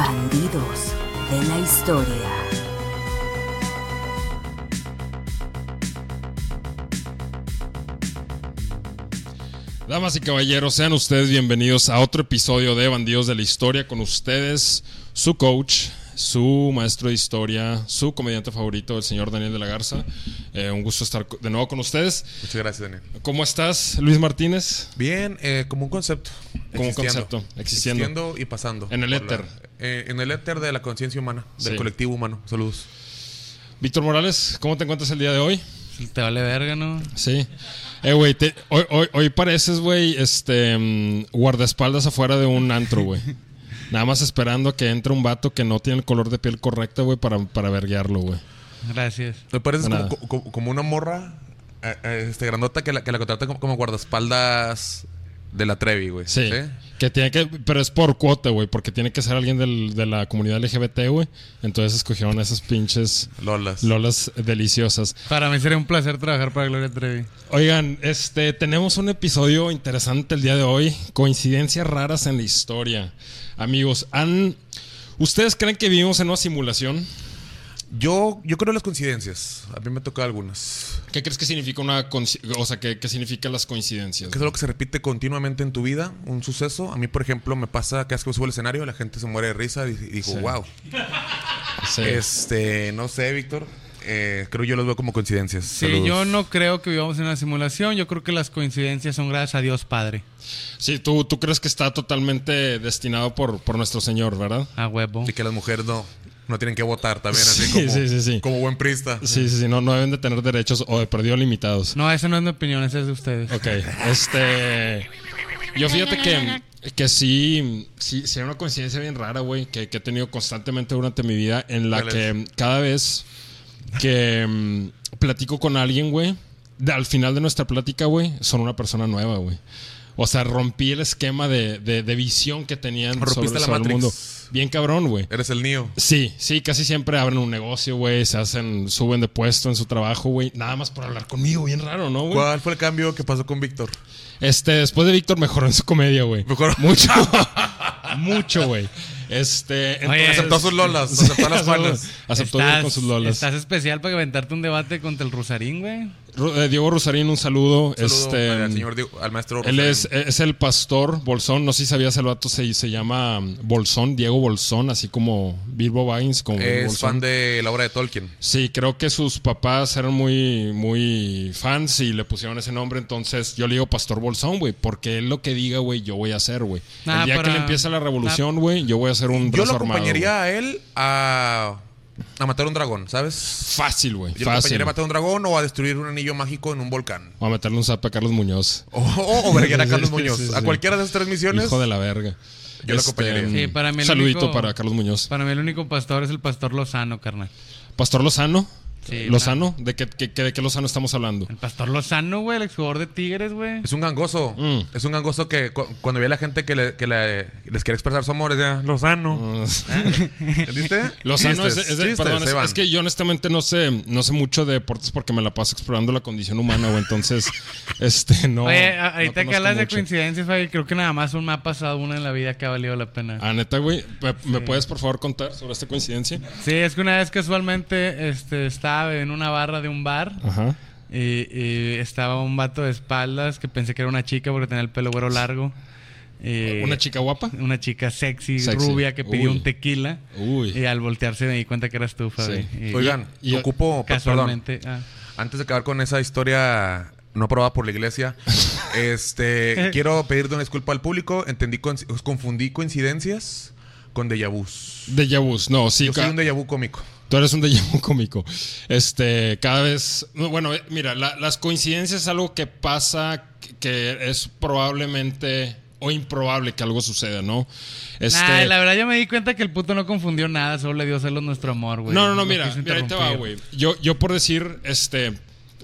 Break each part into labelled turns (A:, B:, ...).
A: Bandidos de la historia.
B: Damas y caballeros, sean ustedes bienvenidos a otro episodio de Bandidos de la Historia con ustedes, su coach, su maestro de historia, su comediante favorito, el señor Daniel de la Garza. Eh, un gusto estar co- de nuevo con ustedes.
C: Muchas gracias, Daniel.
B: ¿Cómo estás, Luis Martínez?
C: Bien, eh, como un concepto.
B: Como un concepto, existiendo.
C: y pasando.
B: En el
C: Por la-
B: éter.
C: eh, en el éter de la conciencia humana, del
B: Sí.
C: colectivo humano. Saludos.
B: Víctor Morales, ¿cómo te encuentras el día de hoy?
D: Te vale verga, ¿no?
B: Sí. Eh, güey, te- hoy, hoy- hoy pareces, güey, este, mm, guardaespaldas afuera de un antro, güey. Nada más esperando a que entre un vato que no tiene el color de piel correcto, güey, para, para verguearlo, güey.
D: Gracias.
C: Me pareces
B: De
C: como,
B: nada.
C: co- como una morra eh, eh, este, grandota que la, que la contrata como, como guardaespaldas de la Trevi, güey.
B: Sí. Que tiene que, pero es por cuota, güey, porque tiene que ser alguien del- de la comunidad LGBT, güey. Entonces escogieron esas pinches
C: Lolas.
B: lolas deliciosas.
D: Para mí sería un placer trabajar para Gloria Trevi.
B: Oigan, este, tenemos un episodio interesante el día de hoy. Coincidencias raras en la historia. Amigos, han, ¿ustedes creen que vivimos en una simulación?
C: Yo, yo creo en las coincidencias. A mí me tocado algunas.
B: ¿Qué crees que significa una coinci- o sea, qué, qué significa las coincidencias?
C: Que es algo que se repite continuamente en tu vida, un suceso. A mí, por ejemplo, me pasa que es que subo el escenario, la gente se muere de risa y, y digo,
B: Sí.
C: wow.
B: Sí.
C: Este, no sé, Víctor. Eh, creo yo los veo como coincidencias.
D: Sí,
C: Saludos.
D: yo no creo que vivamos en una simulación. Yo creo que las coincidencias son gracias a Dios Padre.
B: Sí, tú, tú crees que está totalmente destinado por, por nuestro Señor, ¿verdad?
D: A huevo.
C: Y que las mujeres no, no tienen que votar también, así
B: Sí,
C: como,
B: sí, sí, sí.
C: como buen prista.
B: Sí, sí, sí, no, no deben de tener derechos o de perdido limitados.
D: No, esa no es mi opinión, esa es de ustedes.
B: Ok, este. Yo fíjate que, que sí, sí, sí, hay una coincidencia bien rara, güey, que, que he tenido constantemente durante mi vida, en la
C: ¿Cuál
B: que cada vez que mm, platico con alguien, güey, de- al final de nuestra plática, güey, son una persona nueva, güey. O sea, rompí el esquema de, de- de visión que tenían
C: Rompiste
B: sobre,
C: la
B: sobre el
C: Matrix.
B: mundo. Bien cabrón, güey.
C: Eres el niño.
B: Sí, sí, casi siempre abren un negocio, güey, se hacen, suben de puesto en su trabajo, güey, nada más por hablar conmigo, bien raro, ¿no, güey?
C: ¿Cuál fue el cambio que pasó con Víctor?
B: Este, después de Víctor mejoró en su comedia, güey.
C: Mejoró.
B: Mucho. mucho, güey. Este,
D: Oye,
C: Aceptó sus lolas, aceptó las panas.
B: Aceptó ir con sus lolas.
D: Estás especial para aventarte un debate contra el Rosarín, güey.
B: Ru- eh, Diego Rosarín, un saludo.
C: Saludo
B: este,
C: al señor Diego- al maestro.
B: él es,
C: Rosarín.
B: es el pastor Bolsón. No sé si sabías, el vato se, se llama um, Bolsón, Diego Bolsón, así como Bilbo Baggins. Como Bilbo
C: es
B: Bolsón.
C: fan de la obra de Tolkien.
B: Sí, creo que sus papás eran muy, muy fans y le pusieron ese nombre. Entonces yo le digo Pastor Bolsón, güey, porque él lo que diga, güey, yo voy a hacer, güey.
D: Nah,
B: el día que
D: para-
B: le empiece la revolución, güey, yo voy a hacer un
C: Yo
B: brazo
C: lo
B: armado,
C: acompañaría
B: güey.
C: a él a, a matar un dragón, ¿sabes?
B: Fácil, güey.
C: Yo lo acompañaría
B: Fácil.
C: a matar un dragón o a destruir un anillo mágico en un volcán.
B: O a meterle un zap a Carlos Muñoz.
C: O, o, o verguiar a
B: Sí,
C: Carlos
B: sí,
C: Muñoz.
B: sí,
C: A
B: sí.
C: cualquiera de esas tres misiones.
B: Hijo de la verga. Este,
C: Yo lo acompañaría.
D: Sí, para mí el
B: Saludito
D: único-
B: para Carlos Muñoz.
D: Para mí el único pastor es el pastor Lozano, carnal.
B: Pastor Lozano.
D: Sí,
B: Lozano, ¿de qué, qué- qué- de qué Lozano estamos hablando?
D: El pastor Lozano, güey, el exjugador de Tigres, güey.
C: Es un gangoso.
B: Mm.
C: Es un gangoso que cu- cuando ve a la gente que, le- que le- les quiere expresar su amor, decía, Lozano. ¿Entendiste?
B: Lozano Mm. es,
C: Chistes,
B: es de-
C: Ah, chistes,
B: perdón, es,
C: se van.
B: es que yo honestamente no sé, no sé mucho de deportes porque me la paso explorando la condición humana, güey. Entonces, este, no.
D: Oye,
B: no
D: a- ahorita que
B: conozco
D: hablas de
B: mucho.
D: coincidencias, güey, creo que nada más un me ha pasado una en la vida que ha valido la pena.
B: Ah, neta, güey. ¿Me, me puedes por favor contar sobre esta coincidencia?
D: Sí, es que una vez casualmente este, estaba en una barra de un bar
B: Ajá.
D: y, y estaba un vato de espaldas que pensé que era una chica porque tenía el pelo güero largo. Y
B: ¿Una chica guapa?
D: Una chica sexy,
B: Sexy.
D: rubia, que pidió
B: Uy.
D: un tequila.
B: Uy.
D: Y al voltearse me di cuenta que eras tú, Fabi.
B: Sí.
D: Y-
C: Oigan,
B: y- y-
C: ocupo, per- perdón,
D: casualmente. ah.
C: antes de acabar con esa historia no aprobada por la iglesia, este, quiero pedirte una disculpa al público. Entendí, con- os confundí coincidencias con déjà vus.
B: De Yabus, no, sí.
C: Yo soy
B: ca-
C: un déjà vu cómico.
B: Tú eres un déjà vu cómico. Este, cada vez. no, Bueno, eh, mira, la- las coincidencias es algo que pasa que- que es probablemente o improbable que algo suceda, ¿no? Este.
D: Nah, la verdad yo me di cuenta que el puto no confundió nada, solo le dio celos nuestro amor, güey.
B: no, no, no,
D: Lo
B: mira,
D: quiso
B: mira, ahí te va,
D: interrumpir.
B: güey. Yo, yo por decir, este,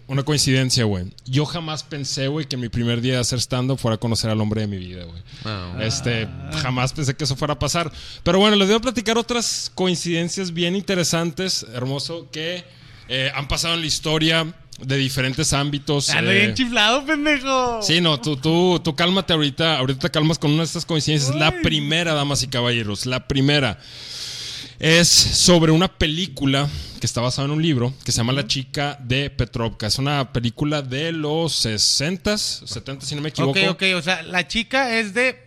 B: una coincidencia, güey. Yo jamás pensé, güey, que mi primer día de hacer stand-up fuera a conocer al hombre de mi vida, güey.
C: No.
B: Este, jamás pensé que eso fuera a pasar. Pero bueno, les voy a platicar otras coincidencias bien interesantes, hermoso, que eh, han pasado en la historia. de diferentes ámbitos.
D: Ando
B: eh,
D: Ah, bien chiflado, pendejo.
B: Sí, no, tú, tú, tú cálmate ahorita. Ahorita te calmas con una de estas coincidencias. La
D: Ay.
B: primera, damas y caballeros, la primera es sobre una película que está basada en un libro que se llama La chica de Petrovka. Es una película de los 60s, 70 si no me equivoco.
D: ok, ok, o sea, la chica es de.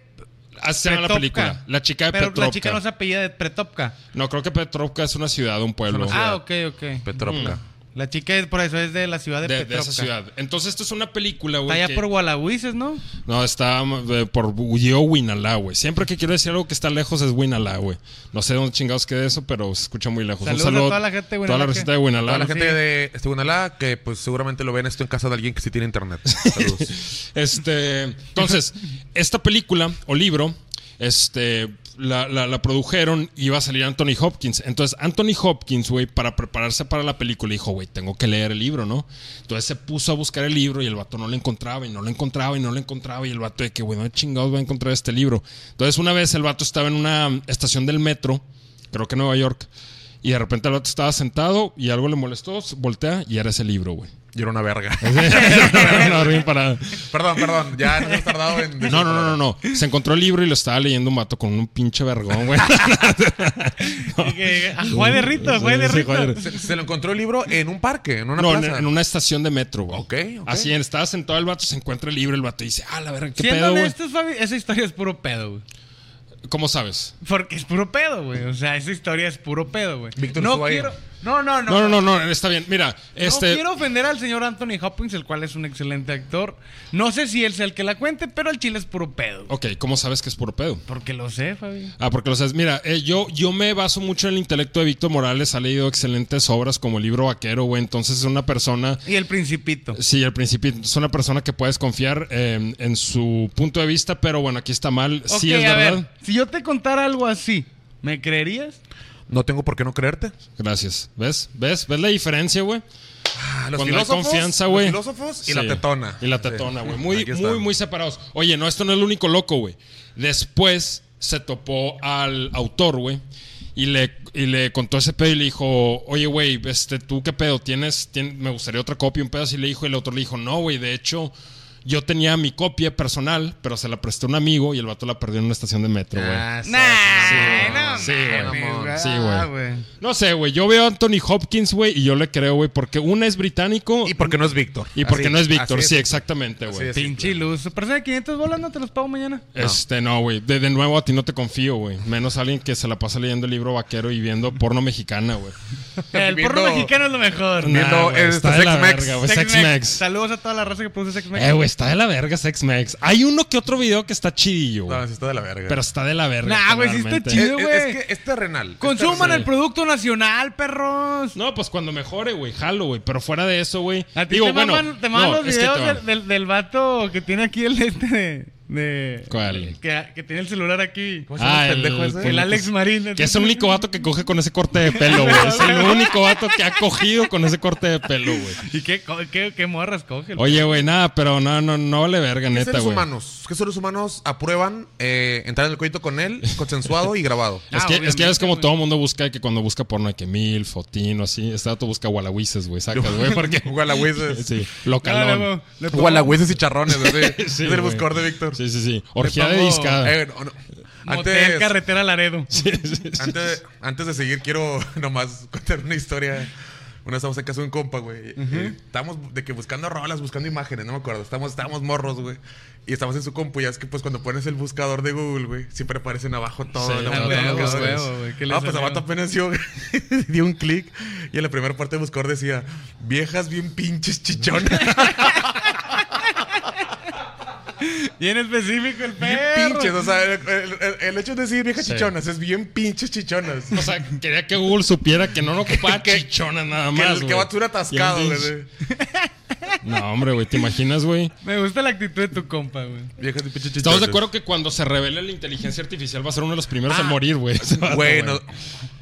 B: Así se llama la
D: Petrovka.
B: película. La chica de
D: Pero la
B: Petrovka.
D: chica no se apellida de Pretopka.
B: No, creo que Petrovka es una ciudad, un pueblo.
C: Es una
D: Ah,
C: Ciudad.
D: ok, ok.
C: Petrovka.
B: Mm.
D: La chica es, por eso es de la ciudad de,
B: de, de
D: Petrovka.
B: esa ciudad. Entonces, esto es una película,
D: Está
B: güey.
D: allá
B: que-
D: por Gualahuises, ¿no?
B: No, está eh, por huyó Winalá, güey. Siempre que quiero decir algo que está lejos es Winalá, güey. No sé dónde chingados quede eso, pero se escucha muy lejos.
D: Saludos
B: Un saludo
D: a toda la gente de
B: toda
D: Winalá
B: la
D: que-
B: receta de Winalá.
C: Para la
B: ¿no?
C: gente de Seguinalá, que pues seguramente lo ven esto en casa de alguien que sí tiene internet. Saludos.
B: Este, entonces, esta película o libro, este, la, la- la produjeron y iba a salir Anthony Hopkins. Entonces, Anthony Hopkins, güey, para prepararse para la película, dijo, güey, tengo que leer el libro, ¿no? Entonces se puso a buscar el libro y el vato no lo encontraba y no lo encontraba y no lo encontraba y el vato de que, güey, ¿dónde chingados va a encontrar este libro? Entonces, una vez el vato estaba en una estación del metro, creo que en Nueva York, y de repente el vato estaba sentado y algo le molestó, voltea y era ese libro, güey.
C: Yo era una verga.
B: Una bien parada.
C: perdón, perdón. Ya nos hemos tardado en.
B: No, no, no, no, no. Se encontró el libro y lo estaba leyendo un vato con un pinche vergón, güey.
D: Y
B: pues,
D: que- a Juárez de Rito, a Juárez de
B: Sí,
D: Rito.
B: Juárez de Rito.
C: Se, se lo encontró el libro en un parque, en una
B: No, en,
C: plaza.
B: en una estación de metro, güey.
C: Ok, ok.
B: Así, estaba sentado el vato, se encuentra el libro, el vato dice, ah, la verga, qué
D: Siendo
B: pedo, güey.
D: honestos, Fabi, esa historia es puro pedo, güey.
B: ¿Cómo sabes?
D: Porque es puro pedo, güey. O sea, esa historia es puro pedo, güey.
C: Víctor
D: no
C: estuvo ahí.
D: quiero. No, no, no.
B: No, no, no, no, está bien. Mira,
D: No
B: este.
D: quiero ofender al señor Anthony Hopkins, el cual es un excelente actor. No sé si él sea el que la cuente, pero el chile es puro pedo. güey.
B: Ok, ¿cómo sabes que es puro pedo?
D: Porque lo sé, Fabi.
B: Ah, porque lo sabes. Mira, eh, yo, yo me baso mucho en el intelecto de Víctor Morales. Ha leído excelentes obras como el libro Vaquero, güey. Entonces es una persona
D: Y el principito.
B: Sí, al principio es una persona que puedes confiar eh, en su punto de vista, pero bueno, aquí está mal. sí,
D: Ok,
B: es
D: a ver,
B: verdad.
D: si yo te contara algo así, ¿me creerías?
C: No tengo por qué no creerte.
B: Gracias. ¿Ves? ¿Ves? ¿Ves la diferencia, güey?
C: Ah, los
B: Cuando hay
C: filósofos,
B: confianza, güey.
C: Los filósofos y la
B: Sí.
C: tetona.
B: Y la tetona,
C: Sí.
B: güey. Muy,
C: Aquí
B: muy,
C: están.
B: muy separados. Oye, no, esto no es lo único loco, güey. Después se topó al autor, güey. Y le, y le contó ese pedo y le dijo, oye, güey, este, ¿tú qué pedo? ¿Tienes, tien- me gustaría otra copia, un pedo así. Le dijo, y el otro le dijo, no, güey, de hecho, yo tenía mi copia personal, pero se la presté a un amigo y el vato la perdió en una estación de metro, güey.
C: Ah, sí, sí,
D: Nah,
B: sí,
C: sí, güey.
D: mames,
C: Mamón.
B: Sí,
D: ah,
B: güey. No sé, güey. Yo veo a Anthony Hopkins, güey, y yo le creo, güey, porque una es británico
C: Y porque no es Víctor.
B: y porque
C: Así,
B: no es Víctor.
C: así
B: Sí, exactamente,
C: Así
B: güey.
C: es.
D: Pinche iluso. Persona de 500 bolas, no te los pago mañana.
B: No. Este, no, güey. De, de nuevo, a ti no te confío, güey. Menos a alguien que se la pasa leyendo el libro vaquero y viendo porno mexicana, güey.
D: El porno
C: Viendo-
D: mexicano es lo mejor.
C: Viendo
B: Nah, güey,
C: el
B: está de la
C: Sex-Mex.
B: verga, güey.
D: Sex Mex.
B: Sex-Mex.
D: Saludos a toda la raza que produce Sex Mex.
B: Eh, güey, está de la verga Sex Mex. Hay uno que otro video que está chidillo, güey.
C: No, sí está de la verga. Eh,
B: pero está de la verga.
D: Nah, güey, sí está
B: generalmente.
D: chido.
C: es, es- es que es terrenal.
D: Consuman
B: Sí.
D: el producto nacional, perros.
B: No, pues cuando mejore, güey, jalo, güey. Pero fuera de eso, güey.
D: A ti
B: digo,
D: te
B: bueno,
D: maman, te maman
B: no,
D: los
B: es que te
D: videos
B: maman.
D: del, del, del vato que tiene aquí el este de. de-
B: ¿Cuál?
D: Que, que tiene el celular aquí.
C: ¿Cómo se llama el
B: Ah, el-
C: pendejo ese?
D: El Alex Marín.
B: Que es el único vato que coge con ese corte de pelo, güey. Es el único vato que ha cogido con ese corte de pelo, güey.
D: ¿Y qué, co- qué, qué morras coge? el-
B: Oye, güey, nada, pero no, no, no vale verga,
C: ¿Qué
B: neta,
C: seres
B: güey.
C: humanos? ¿Qué seres humanos aprueban eh, entrar en el coito con él, consensuado y grabado?
B: Es
D: Ah,
B: que, es que ya ves
D: obviamente,
B: como
D: güey.
B: todo mundo busca que cuando busca porno hay que mil, fotino, así. Este dato busca gualahuises, güey. Sacas, Pues, güey, porque.
C: Gualagüeses.
B: Sí,
D: Ah,
B: localón.
D: luego, le pongo-
C: Gualagüeses y charrones. así.
B: Sí,
C: es el
B: güey.
C: buscador de Víctor.
B: Sí, sí, sí. Orgía
D: Le
B: de
D: pongo-
B: discada.
C: Eh, no, no.
D: Motel,
C: Antes,
D: carretera Laredo.
B: Sí, sí, sí.
C: antes, antes de seguir, quiero nomás contar una historia. Una vez estamos en casa de un compa, güey. Eh, Estábamos de que buscando rolas, buscando imágenes, no me acuerdo. Estábamos, estábamos morros, güey. Y estábamos en su compu. Ya es que, pues, cuando pones el buscador de Google, güey, siempre aparecen abajo todo.
B: Sí,
C: la
B: a
C: montón de
B: huevo, a
C: buscadores.
D: huevo, güey. ¿Qué le
C: Ah, pues,
D: salió?
C: abajo apenas yo dio un clic. Y en la primera parte del buscador decía: Viejas bien pinches chichonas.
D: Bien específico el
C: Bien
D: perro.
C: pinches, o sea, el, el- el hecho de decir viejas
B: Sí.
C: chichonas es bien pinches chichonas.
B: O sea, quería que Google supiera que no lo ocupaba chichonas nada
C: que,
B: más.
C: el que
B: güey.
C: batura atascado,
B: Ya,
C: güey.
B: sí.
C: de-
B: No, hombre, güey, ¿te imaginas, güey?
D: Me gusta la actitud de tu compa, güey.
C: Viejas de pinches
B: Estamos
C: chichonas.
B: de acuerdo que cuando se revele la inteligencia artificial va a ser uno de los primeros
C: Ah.
B: en morir, güey. Ese vato,
C: Güey,
B: güey.
C: no-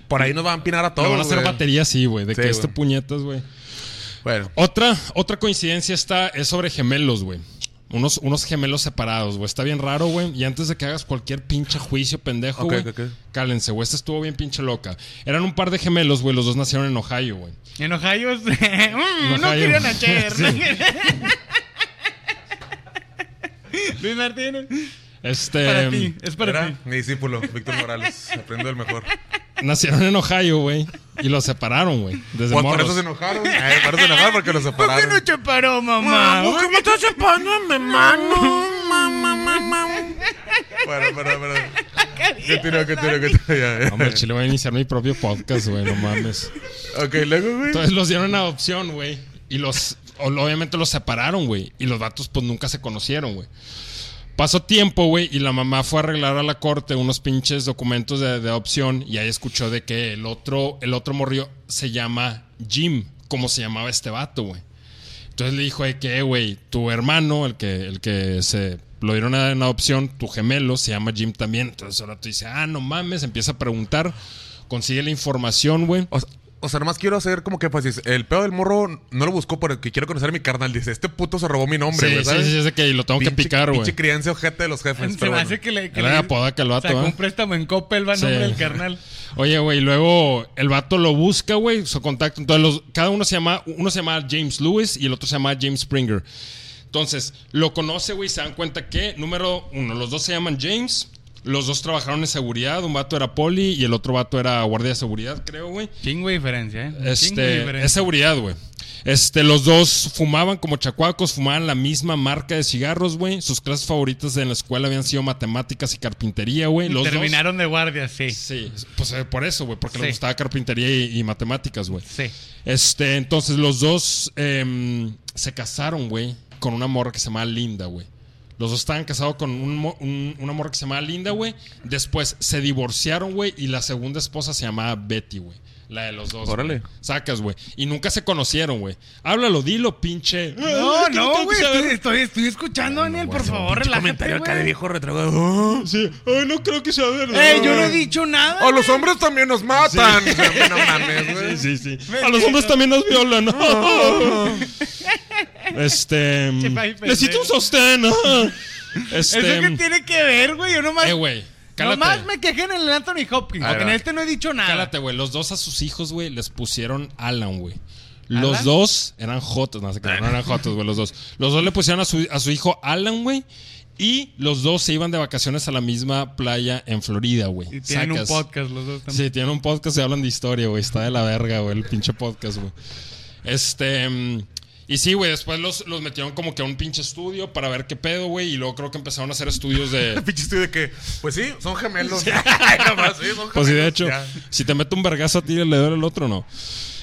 C: por ahí nos van a empinar a todos.
B: Lo van a hacer
C: güey.
B: batería sí, güey. De
C: Sí,
B: que esto
C: güey.
B: puñetas, güey.
C: Bueno,
B: Otra, otra coincidencia está es sobre gemelos, güey. Unos, unos gemelos separados, güey. Está bien raro, güey. Y antes de que hagas cualquier pinche juicio pendejo,
C: Ok,
B: güey.
C: ok, ok.
B: Cálense, güey. Esta estuvo bien pinche loca. Eran un par de gemelos, güey. Los dos nacieron en Ohio, güey.
D: En Ohio, mm, no
B: Ohio.
D: querían ayer.
B: Sí.
D: Luis Martínez,
B: Este.
D: para ti, es para
C: Era
D: ti.
C: mi discípulo, Víctor Morales. Aprendo el mejor.
B: Nacieron en Ohio, güey. Y los separaron, güey. Desde
C: Pues por
B: morros.
C: eso se enojaron. Ay, por eso se enojaron porque lo
D: ¿Por qué no
C: separaron.
D: te paró,
B: Ah,
D: mamá?
C: me estás separando a mi hermano? Mamá, mamá. Bueno, pero, pero. Continúa, continúa, continúa. ya, ya.
B: Hombre, chile, voy a iniciar mi propio podcast, güey. No mames.
C: Ok, luego, güey.
B: Entonces los dieron en adopción, güey. Y los, o- obviamente los separaron, güey. Y los vatos, pues nunca se conocieron, güey. Pasó tiempo, güey, y la mamá fue a arreglar a la corte unos pinches documentos de, de adopción. Y ahí escuchó de que el otro, el otro morrillo se llama Jim, como se llamaba este vato, güey. Entonces le dijo de que, "Eh, güey, tu hermano, el que, el que se lo dieron a- en adopción, tu gemelo, se llama Jim también. Entonces ahora tú dices, ah, no mames, empieza a preguntar, consigue la información, güey.
C: O sea, o sea, nomás quiero hacer como que énfasis. El pedo del morro no lo buscó porque quiero conocer a mi carnal. Dice, este puto se robó mi nombre,
B: sí,
C: güey, ¿sabes?
B: Sí, sí, es de que lo tengo que
C: Pinche-
B: picar, güey.
C: Pinche crianza ojete de los jefes.
D: Se
C: pero
D: me
C: bueno.
D: hace que le. Que
B: Era
D: le-
B: de apodaca el vato,
D: Sacó
B: ¿eh?
D: un préstamo en Coppel, va a
B: Sí.
D: nombre del carnal.
B: Oye, güey, luego el vato lo busca, güey, su contacto. Entonces, los- cada uno se llama, uno se llama James Lewis y el otro se llama James Springer. Entonces, lo conoce, güey, y se dan cuenta que, número uno, los dos se llaman James, los dos trabajaron en seguridad, un vato era poli y el otro vato era guardia de seguridad, creo, güey.
D: Chingo de diferencia, ¿eh? Chingo de
B: Este,
D: diferencia.
B: es seguridad, güey. Este, los dos fumaban como chacuacos, fumaban la misma marca de cigarros, güey. Sus clases favoritas en la escuela habían sido matemáticas y carpintería, güey. Los dos-
D: Terminaron de guardia, sí.
B: Sí, pues eh, por eso, güey, porque les
D: Sí.
B: gustaba carpintería y, y matemáticas, güey.
D: Sí.
B: Este, entonces los dos em, se casaron, güey, con una morra que se llamaba Linda, güey. Los dos estaban casados con un mo- un- una morra que se llamaba Linda, güey. Después se divorciaron, güey, y la segunda esposa se llamaba Betty, güey. La de los dos.
C: Órale.
B: güey. Sacas, güey. Y nunca se conocieron, güey. Háblalo, dilo, pinche.
D: No,
B: Ay, que tengo
D: no,
B: que
D: güey.
B: saber.
D: Estoy, estoy, estoy escuchando, Daniel, por favor, relájate.
C: Comentario acá de
D: güey.
C: viejo retragado.
B: Sí. Ay, no creo que sea verdad.
D: Ey, Eh, yo no he dicho nada.
C: ¡Oh, los hombres también nos matan! No mames, güey.
B: Sí, sí, sí. A los hombres también nos violan. ¿no? Este.
D: Qué país pendejo.
B: Necesito un sostén. ¿no?
D: ¿Eso qué
B: Este.
D: tiene que ver, güey? Yo nomás.
B: Eh, güey.
D: Nomás
B: Cálate.
D: me quejé en el Anthony Hopkins.
C: A ver,
D: Porque en
C: va.
D: este no he dicho nada.
B: Cálate, güey. Los dos a sus hijos, güey, les pusieron Alan, güey. Los
D: ¿Alan?
B: dos eran jotos. No, se crean, no eran jotos, güey, los dos. Los dos le pusieron a su, a su hijo Alan, güey. Y los dos se iban de vacaciones a la misma playa en Florida, güey.
D: Y tienen
B: Sacas.
D: un podcast los dos también.
B: Sí, tienen un podcast y hablan de historia, güey. Está de la verga, güey, el pinche podcast, güey. Este. mm, Y sí, güey, después los, los metieron como que a un pinche estudio para ver qué pedo, güey. Y luego creo que empezaron a hacer estudios de.
C: Este Pinche estudio de que, pues sí, son gemelos. Ay, nomás, sí, son gemelos.
B: Pues sí, de hecho,
C: Ya.
B: si te mete un vergazo a ti, le duele el otro, no.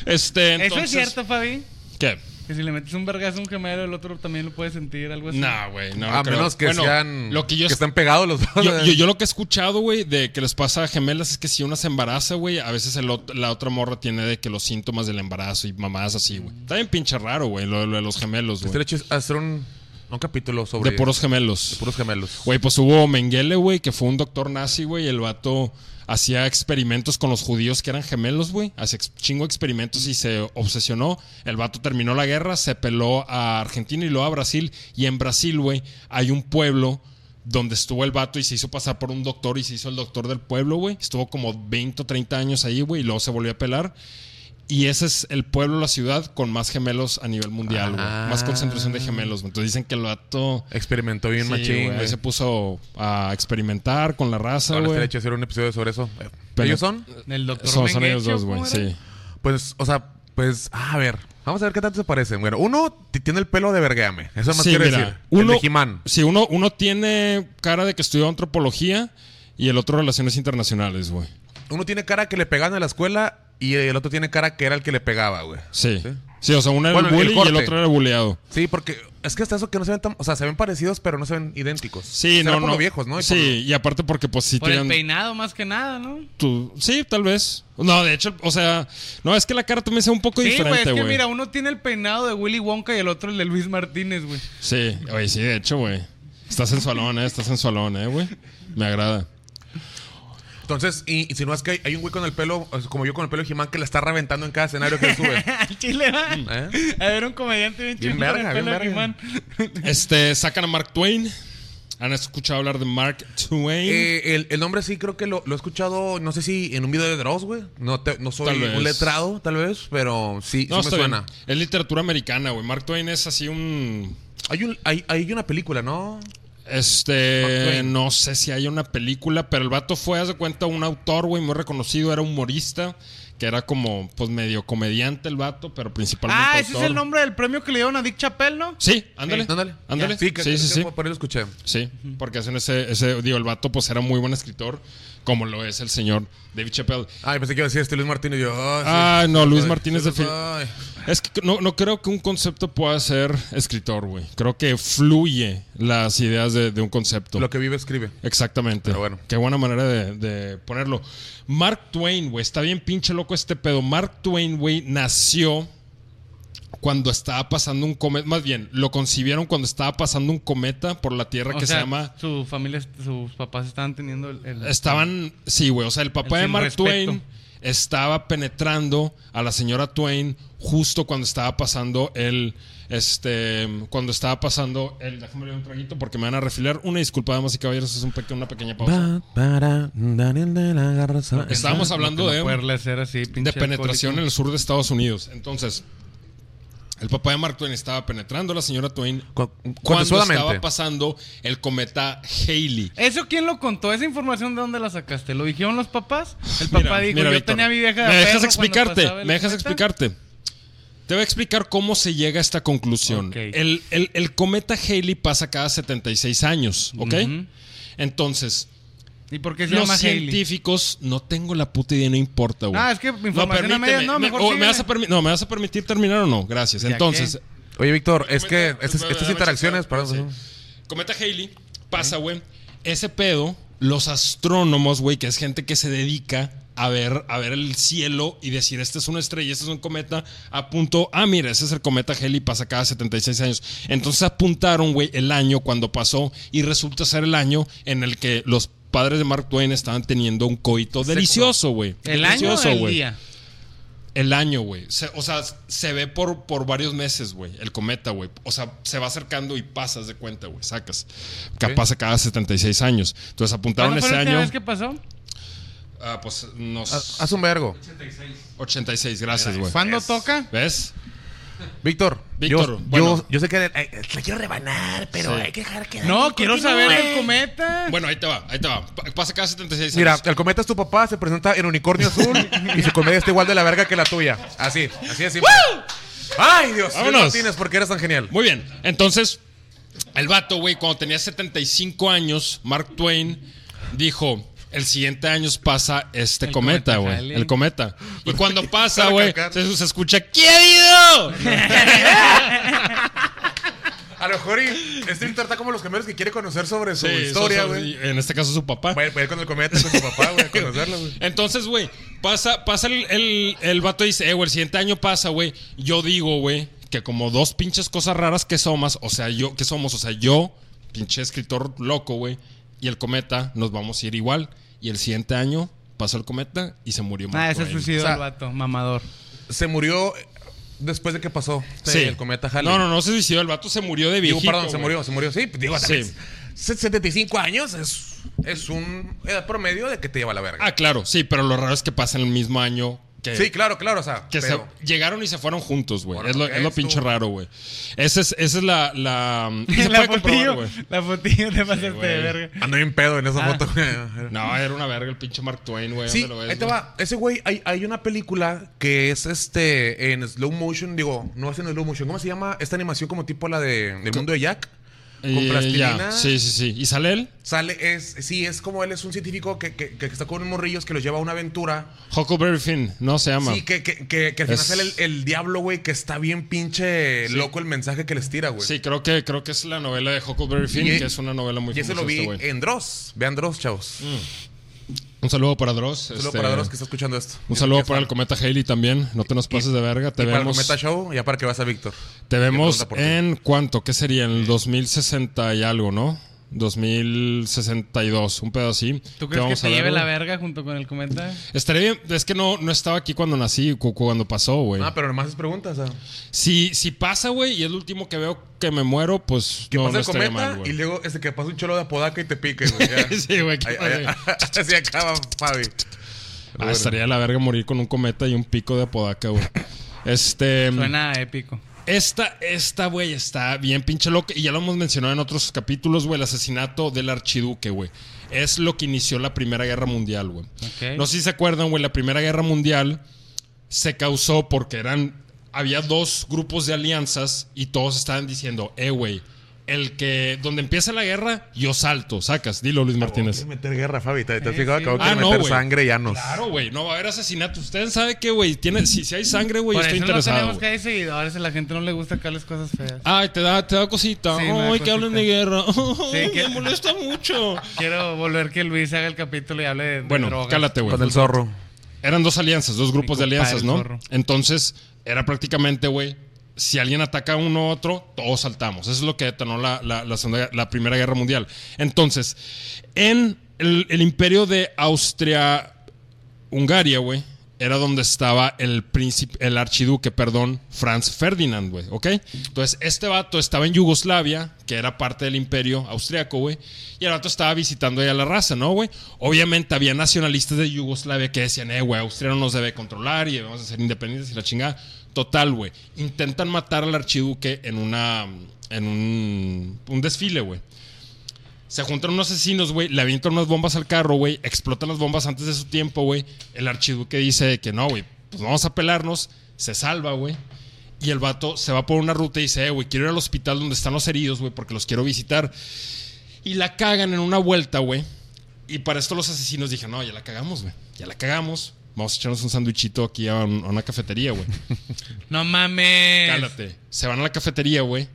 B: Este.
D: Eso es
B: entonces-
D: cierto, Fabi.
B: ¿Qué?
D: Que si le metes un vergazo a un gemelo, el otro también lo puede sentir, algo así.
B: Nah, güey, no.
C: A
B: creo.
C: menos que
B: Bueno,
C: sean.
B: Lo que yo
C: que están pegados los dos.
B: Yo, yo- yo lo que he escuchado, güey, de que les pasa a gemelas es que si una se embaraza, güey, a veces el ot- la otra morra tiene de que los síntomas del embarazo y mamadas así, güey. Está bien pinche raro, güey, lo, lo de los gemelos,
C: Estaría
B: güey.
C: chido ah, hacer un, un capítulo sobre.
B: De puros gemelos.
C: puros gemelos.
B: Güey, pues hubo Mengele, güey, que fue un doctor nazi, güey, y el vato hacía experimentos con los judíos que eran gemelos, güey. Hacía ex- chingo experimentos y se obsesionó. El vato terminó la guerra, se peló a Argentina y luego a Brasil. Y en Brasil, güey, hay un pueblo donde estuvo el vato y se hizo pasar por un doctor y se hizo el doctor del pueblo, güey. Estuvo como 20 o 30 años ahí, güey, y luego se volvió a pelar. Y ese es el pueblo, la ciudad con más gemelos a nivel mundial, güey.
C: Ah.
B: Más concentración de gemelos, güey. Entonces dicen que el vato...
C: Experimentó bien
B: Sí,
C: machín.
B: güey,
C: güey.
B: ahí se puso a experimentar con la raza,
C: Ahora estaría
B: güey.
C: chido hacer un episodio sobre eso.
B: Pero-
C: ¿Ellos son?
D: El doctor
B: Son, son
D: Mengecho,
B: ellos dos, güey,
D: ¿cómo era?
B: sí.
C: Pues, o sea, pues, a ver. Vamos a ver qué tanto se parecen. Bueno, uno t- tiene el pelo de vergueame. Eso más
B: Sí,
C: quiero
B: mira,
C: decir.
B: uno-
C: el de He-Man.
B: Sí, uno, uno tiene cara de que estudió antropología y el otro relaciones internacionales, güey.
C: Uno tiene cara que le pegaban en la escuela y el otro tiene cara que era el que le pegaba, güey.
B: Sí.
C: Sí.
B: sí. o sea, uno era
C: Bueno,
B: el
C: el
B: bully y el
C: corte.
B: otro era el buleado.
C: Sí, porque es que hasta eso que no se ven tan. O sea, se ven parecidos, pero no se ven idénticos.
B: Sí,
C: Se
B: no,
C: ven por
B: no.
C: lo viejos, ¿no? Y
B: sí,
C: por lo-
B: y aparte porque pues sí
D: Por el
B: tiran
D: peinado, más que nada, ¿no?
B: tu- Sí, tal vez. No, de hecho, o sea, no, es que la cara también sea un poco
D: Sí, güey, es
B: diferente,
D: que
B: güey.
D: mira, uno tiene el peinado de Willy Wonka y el otro el de Luis Martínez, güey.
B: Sí, oye, sí, de hecho, güey. Está sensualón, eh, está sensualón, eh, güey. Me agrada.
C: Entonces, y, y si no es que hay, hay un güey con el pelo, o sea, como yo con el pelo de Jimán, que la está reventando en cada escenario que sube.
D: Chile, va.
C: ¿Eh?
D: A ver, un comediante Mm, bien
C: Bien
D: chido.
C: verga, bien verga.
B: Este, sacan a Mark Twain. ¿Han escuchado hablar de Mark Twain?
C: Eh, el, el nombre sí creo que lo, lo he escuchado, no sé si en un video de Dross, güey. No, te- no soy
B: Tal vez.
C: un letrado, tal vez, pero sí, sí me
B: está bien.
C: suena.
B: Es literatura americana, güey. Mark Twain es así un.
C: Hay, un, hay, hay una película, ¿no? Mark
B: Este,
C: Twain.
B: no sé si hay una película, pero el vato fue, haz de cuenta, un autor, güey, muy reconocido, era humorista, que era como, pues, medio comediante el vato, pero principalmente.
D: Ah, ese es
B: autor.
D: el nombre del premio que le dieron a Dick Chappelle, ¿no?
B: Sí, ándale.
C: Sí, ándale.
B: Ándale.
C: Ya, Sí, que,
B: sí, sí,
C: que
B: sí.
C: Por ahí lo escuché.
B: Sí, porque hacen ese, ese, digo, el vato, pues, era muy buen escritor, como lo es el señor David Chappelle.
C: Ay, pensé que iba a decir este Luis Martínez. Yo,
B: Ah,
C: sí.
B: no, Luis
C: Ay,
B: Martínez
C: sí,
B: de Fil-
C: ay.
B: Es que no, no creo que un concepto pueda ser escritor, güey. Creo que fluye las ideas de, de un concepto.
C: Lo que vive escribe.
B: Exactamente.
C: Pero bueno.
B: Qué buena manera de, de ponerlo. Mark Twain, güey. Está bien pinche loco este pedo. Mark Twain, güey, nació cuando estaba pasando un cometa. Más bien, lo concibieron cuando estaba pasando un cometa por la Tierra
D: O
B: que
D: sea,
B: se llama.
D: Su familia, sus papás estaban teniendo el. el-
B: Estaban. Sí, güey. O sea, el papá
D: El
B: de
D: sin
B: Mark
D: respeto.
B: Twain estaba penetrando a la señora Twain justo cuando estaba pasando el. Este, cuando estaba pasando el. Déjame leer un traguito porque me van a refilar. Una disculpa, damas y caballeros, es un peque- una pequeña pausa.
C: Va para Daniel de la Garza.
D: Porque
B: estábamos
D: no-
B: hablando
D: no
B: de-
D: poderle hacer así,
B: de
D: pinche
B: penetración en
D: alcohólico.
B: el sur de Estados Unidos. Entonces, el papá de Mark Twain estaba penetrando a la señora Twain
C: Cu-
B: cuando
C: Cuando
B: estaba pasando el cometa Haley.
D: ¿Eso quién lo contó? ¿Esa información de dónde la sacaste? ¿Lo dijeron los papás? El papá
B: Mira,
D: dijo:
B: mira,
D: Yo
B: Víctor,
D: tenía a mi vieja.
B: Me
D: de
B: dejas
D: perro cuando
B: explicarte,
D: pasaba el
B: me dejas
D: cometa".
B: explicarte. Te voy a explicar cómo se llega a esta conclusión.
D: Ok.
B: El, el- el cometa Haley pasa cada 76 años, ¿ok?
D: Ujú.
B: Entonces,
D: ¿Y por qué se
B: los
D: llama Hailey?
B: científicos no tengo la puta idea, no importa, güey.
D: Ah, es que información a medias, no,
B: me-
D: mejor
B: o me
D: síguele.
B: vas a permi- no, me vas a permitir terminar o no, gracias.
D: Ya que-
B: Entonces,
C: Oye, Víctor, es que
B: Cometa-
C: estas, estas
B: dame
C: interacciones,
B: chance,
C: perdón.
B: sí. Cometa Haley, pasa, güey. Ese pedo, los astrónomos, güey, que es gente que se dedica a ver, a ver el cielo y decir, esta es una estrella, este es un cometa, apuntó, ah, mira, ese es el cometa Haley, pasa cada 76 años. Entonces apuntaron, güey, el año cuando pasó y resulta ser el año en el que los padres de Mark Twain estaban teniendo un coito delicioso, güey.
D: ¿El año o
B: Delicioso,
D: el
B: güey.
D: día?
B: El año, güey. Se- o sea, se ve por, por varios meses, güey. El cometa, güey. O sea, se va acercando y pasas de cuenta, güey. Sacas. Capaz pasa cada 76 años. Entonces apuntaron
D: ¿Cuándo fue
B: ese
D: la última
B: año.
D: vez que pasó?
B: Ah, pues nos.
C: Ah, Haz haz un vergo.
B: 86, gracias, güey.
D: ¿Cuándo toca?
B: ¿Ves?
C: Víctor,
B: Víctor,
C: yo,
B: bueno.
C: yo, yo sé que eh, la quiero rebanar, pero
B: Sí.
C: hay que dejar que.
D: No,
C: Dani
D: quiero
C: continúe.
D: saber el cometa.
B: Bueno, ahí te va, ahí te va. Pa- Pasa cada 76
C: Mira,
B: años.
C: el cometa es tu papá, se presenta en unicornio azul y su comedia está igual de la verga que la tuya. Así, así de simple. ¡Ay, Dios! Luis
B: Vámonos.
C: Martínez, porque eres tan genial.
B: Muy bien. Entonces, el vato, güey, cuando tenía 75 años, Mark Twain dijo. El siguiente año pasa este
D: El
B: cometa,
D: cometa
B: güey.
D: Halley.
B: El cometa. Y cuando pasa,
C: Para
B: güey,
C: cagar.
B: se, se escucha ¡Querido!
C: A lo mejor y este Víctor está como los gemelos que quiere conocer sobre su
B: Sí,
C: historia,
B: eso- eso-
C: güey.
B: En este caso su papá.
C: Va a ir- va a ir con el cometa, con su papá, güey, a conocerlo, güey.
B: Entonces, güey, pasa, pasa el, el, el vato y dice, eh, güey, el siguiente año pasa, güey. Yo digo, güey, que como dos pinches cosas raras que somos, o sea, yo, que somos, o sea, yo, pinche escritor loco, güey, y el cometa, nos vamos a ir igual. Y el siguiente año pasó el cometa y se murió Mark
D: Ah, ese
B: Twain.
C: O
D: suicidó
C: sea,
D: el vato, mamador.
C: Se murió eh, después de que pasó
B: Sí.
C: el cometa Halley.
B: No, no, no se suicidó, el vato se murió de
C: Digo,
B: viejito.
C: perdón, se
B: güey.
C: murió, se murió. Sí, pues, digo,
B: Sí.
C: sí. 75 años es, es un edad promedio de que te lleva a la verga.
B: Ah, claro, sí, pero lo raro es que pasa en el mismo año que...
C: sí, claro, claro, o sea.
B: Que
C: pero-
B: se llegaron y se fueron juntos, güey.
C: Ahora,
B: Es lo, es lo
C: esto.
B: pinche raro, güey. Esa es, esa es la. la y se
D: la
B: puede comprobar,
D: fotillo,
B: güey.
D: la fotillo te pasaste
B: güey.
D: de verga.
C: Ando bien pedo en esa
D: Ah.
C: foto.
B: No, era una verga el pinche Mark Twain, güey.
C: Sí,
B: ¿Dónde lo ves,
C: ahí te
B: güey?
C: va. Ese güey, hay, hay una película que es este en slow motion, digo, no es en slow motion. ¿Cómo se llama esta animación como tipo la de El mundo de Jack? Con
B: Y,
C: plastilina.
B: Eh, ya, Sí, sí, sí. ¿Y sale él?
C: Sale, es, sí, es como él es un científico que, que, que está con unos morrillos que los lleva a una aventura.
B: Huckleberry Finn, no se llama.
C: Sí, que, que, que, que al final
B: Es-
C: sale el, el diablo, güey, que está bien pinche loco el mensaje que les tira, güey.
B: Sí, creo que, creo que es la novela de Huckleberry Finn,
C: Y-
B: que es una novela muy
C: Y eso
B: famosa.
C: lo vi
B: este, güey.
C: en Dross. Vean Dross, chavos.
B: Un saludo para Dross.
C: Un saludo
B: este,
C: para Dross que está escuchando esto.
B: Un saludo para el cometa Haley también. No te nos pases de verga. Te
C: Y para el
B: vemos,
C: Cometa Show, ya para que vas a Víctor.
B: te vemos
C: pregunta por ti.
B: en cuánto? ¿Qué sería? En el 2060 y algo, ¿no? 2062, un pedo así.
D: ¿Tú crees que
B: vamos
D: se
B: a ver,
D: lleve
B: güey?
D: la verga junto con el cometa?
B: Estaría bien, es que no, no estaba aquí cuando nací, cu- cuando pasó, güey.
C: Ah, pero nomás es preguntas. o sea,
B: Si, si pasa, güey, y es lo último que veo que me muero, pues
C: Que
B: no,
C: pasa
B: no
C: el
B: estaría
C: cometa
B: mal,
C: y
B: güey.
C: luego este que pasa un cholo de apodaca y te pique, güey. ya.
B: Sí, güey, qué
C: Ahí-
B: padre.
C: ahí- Así acaba, Fabi.
B: Ah, estaría de la verga morir con un cometa y un pico de apodaca, güey. Este.
D: Suena épico.
B: Esta, esta, güey, está bien pinche loca. Y ya lo hemos mencionado en otros capítulos, güey. El asesinato del archiduque, güey. Es lo que inició la Primera Guerra Mundial, güey.
D: Ok.
B: No sé si se acuerdan, güey. La Primera Guerra Mundial se causó porque eran. Había dos grupos de alianzas y todos estaban diciendo, eh, güey, el que. Donde empieza la guerra, yo salto, sacas. Dilo, Luis
C: Tienes
B: Martínez.
C: que meter guerra, Fabi. ¿Te, te has
D: Eh, Sí,
C: fijado?
D: sí.
C: Acabo de
B: Ah, no,
C: meter
B: güey.
C: sangre y anos.
B: Claro, güey. No va a haber asesinato. Ustedes saben que, güey, tiene, si, si hay sangre, güey, yo
D: Por
B: estoy
D: eso no
B: interesado.
D: tenemos
B: güey.
D: que hay seguidores. A la gente no le gusta que hables cosas feas.
B: Ay, te da, te da cosita.
D: Sí, me da
B: Ay, que
D: cosita.
B: hablen de guerra. Ay,
D: que-
B: me molesta mucho.
D: Quiero volver que Luis haga el capítulo y hable de, de
B: Bueno,
D: drogas.
B: cálate, güey.
C: Con el zorro.
B: Eran dos alianzas, dos grupos de
D: compadre,
B: alianzas,
D: el
B: ¿no?
D: zorro.
B: Entonces, era prácticamente, güey, si alguien ataca a uno u otro, todos saltamos. Eso es lo que detonó la, la- la Segunda- la Primera Guerra Mundial. Entonces, en el, el imperio de Austria-Hungaria, güey, era donde estaba el príncipe, el archiduque, perdón, Franz Ferdinand, güey, ¿ok? Entonces, este vato estaba en Yugoslavia, que era parte del imperio austriaco, güey, y el vato estaba visitando ya la raza, ¿no, güey? Obviamente había nacionalistas de Yugoslavia que decían, eh, güey, Austria no nos debe controlar y debemos de ser independientes y la chingada. Total, güey, intentan matar al archiduque en una, en un, un desfile, güey. Se juntan unos asesinos, güey, le avientan unas bombas al carro, güey, explotan las bombas antes de su tiempo, güey. El archiduque dice que no, güey, pues vamos a pelarnos, se salva, güey. Y el vato se va por una ruta y dice, eh, güey, quiero ir al hospital donde están los heridos, güey, porque los quiero visitar. Y la cagan en una vuelta, güey. Y para esto los asesinos dijeron, no, ya la cagamos, güey, ya la cagamos. Vamos a echarnos un sándwichito aquí a un- a una cafetería, güey.
D: No
C: Eh,
D: mames.
B: Cálate. Se van a la cafetería, güey.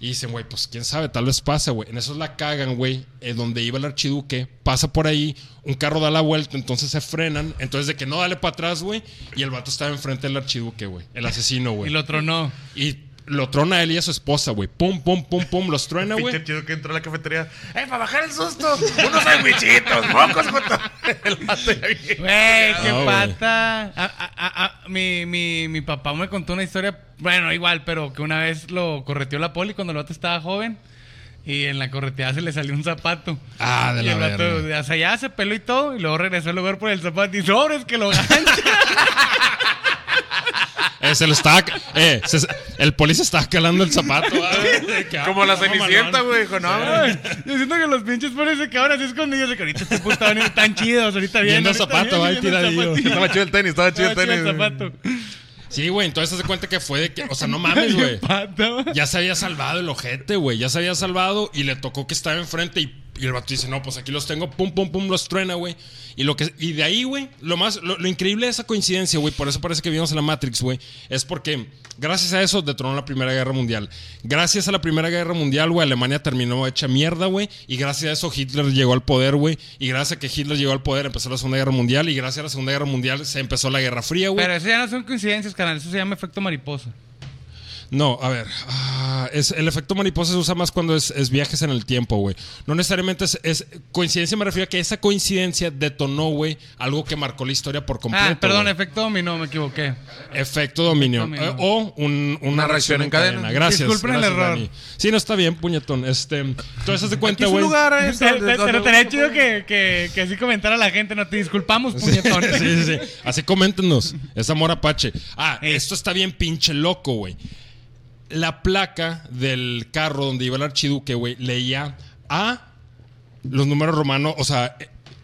B: Y dicen, güey, pues quién sabe, tal vez pasa, güey. En eso la cagan, güey. eh, donde iba el archiduque, pasa por ahí, un carro da la vuelta, entonces se frenan. Entonces, de que no dale para atrás, güey. Y el vato estaba enfrente del archiduque, güey. El asesino,
D: Y
B: güey.
D: lo tronó.
B: Y lo trona él y a su esposa, güey. Pum, pum, pum, pum, los truena,
C: Pinche
B: güey.
C: chido que entró a la cafetería. ¡Eh, para bajar el susto! ¡Unos sandwichitos! ¡Mocos, puto! El vato ya bien.
D: Güey, qué
B: güey.
D: pata. A- a- a- a- mi, mi, mi papá me contó una historia, bueno, igual, pero que una vez lo correteó la poli cuando el vato estaba joven. Y en la correteada se le salió un zapato.
B: Ah, de
D: y
B: la
D: el vato,
B: verga.
D: hacia allá se peló y todo. Y luego regresó al lugar por el zapato. Y sobres que lo gancha.
B: Eh, se lo estaba. ca- Eh, se- el poli se estaba calando el zapato. ah, güey, que, ah,
C: Como la
B: no, mamalón.
C: cenicienta, güey. Dijo, no, güey.
D: Ay, Yo siento que los pinches ponen se quedaron así escondidos. De que ahorita este puto está venido tan chidos. Ahorita viene.
B: Viendo el
D: ahorita
B: zapato,
D: viene,
B: ahí
D: viendo el
B: tiradillo.
D: zapatillo.
C: Estaba chido el tenis, estaba chido el
D: Estaba
C: tenis.
D: chido el zapato.
B: Sí, güey, entonces se hace cuenta que fue de que. O sea, no mames,
D: Qué
B: güey.
D: pata.
B: Ya se había salvado el ojete, güey. Ya se había salvado y le tocó que estaba enfrente y, y el vato dice, no, pues aquí los tengo, pum, pum, pum, los truena, güey. Y, lo que, y de ahí, güey, lo más, lo, lo increíble de esa coincidencia, güey, por eso parece que vimos en la Matrix, güey, es porque gracias a eso detonó la Primera Guerra Mundial. Gracias a la Primera Guerra Mundial, güey, Alemania terminó hecha mierda, güey. Y gracias a eso Hitler llegó al poder, güey. Y gracias a que Hitler llegó al poder empezó la Segunda Guerra Mundial. Y gracias a la Segunda Guerra Mundial se empezó la Guerra Fría, güey.
D: Pero eso ya no son coincidencias, canal. Eso se llama efecto mariposa.
B: No, a ver. ah, es, el efecto mariposa se usa más cuando es, es viajes en el tiempo, güey. No necesariamente es, es- coincidencia, me refiero a que esa coincidencia detonó, güey, algo que marcó la historia por completo.
D: Ah, perdón,
B: güey.
D: efecto dominó, me equivoqué.
B: efecto dominio.
D: Efecto dominio.
B: Eh, o un- una, reacción en cadena. Gracias.
D: Disculpen el
B: gracias,
D: error.
B: Dani. Sí, no está bien, puñetón. Este, entonces, haz de
C: Aquí
B: cuenta,
C: es un
B: güey.
C: lugar, eh,
D: Pero
C: donde- donde-
D: pero estaría chido que, que, que así comentara la gente, no te disculpamos, puñetón.
B: Sí, sí, sí. Así coméntenos. Es amor apache. Ah,
D: Ey.
B: esto está bien pinche loco, güey. La placa del carro donde iba el archiduque, güey, leía A, los números romanos, o sea,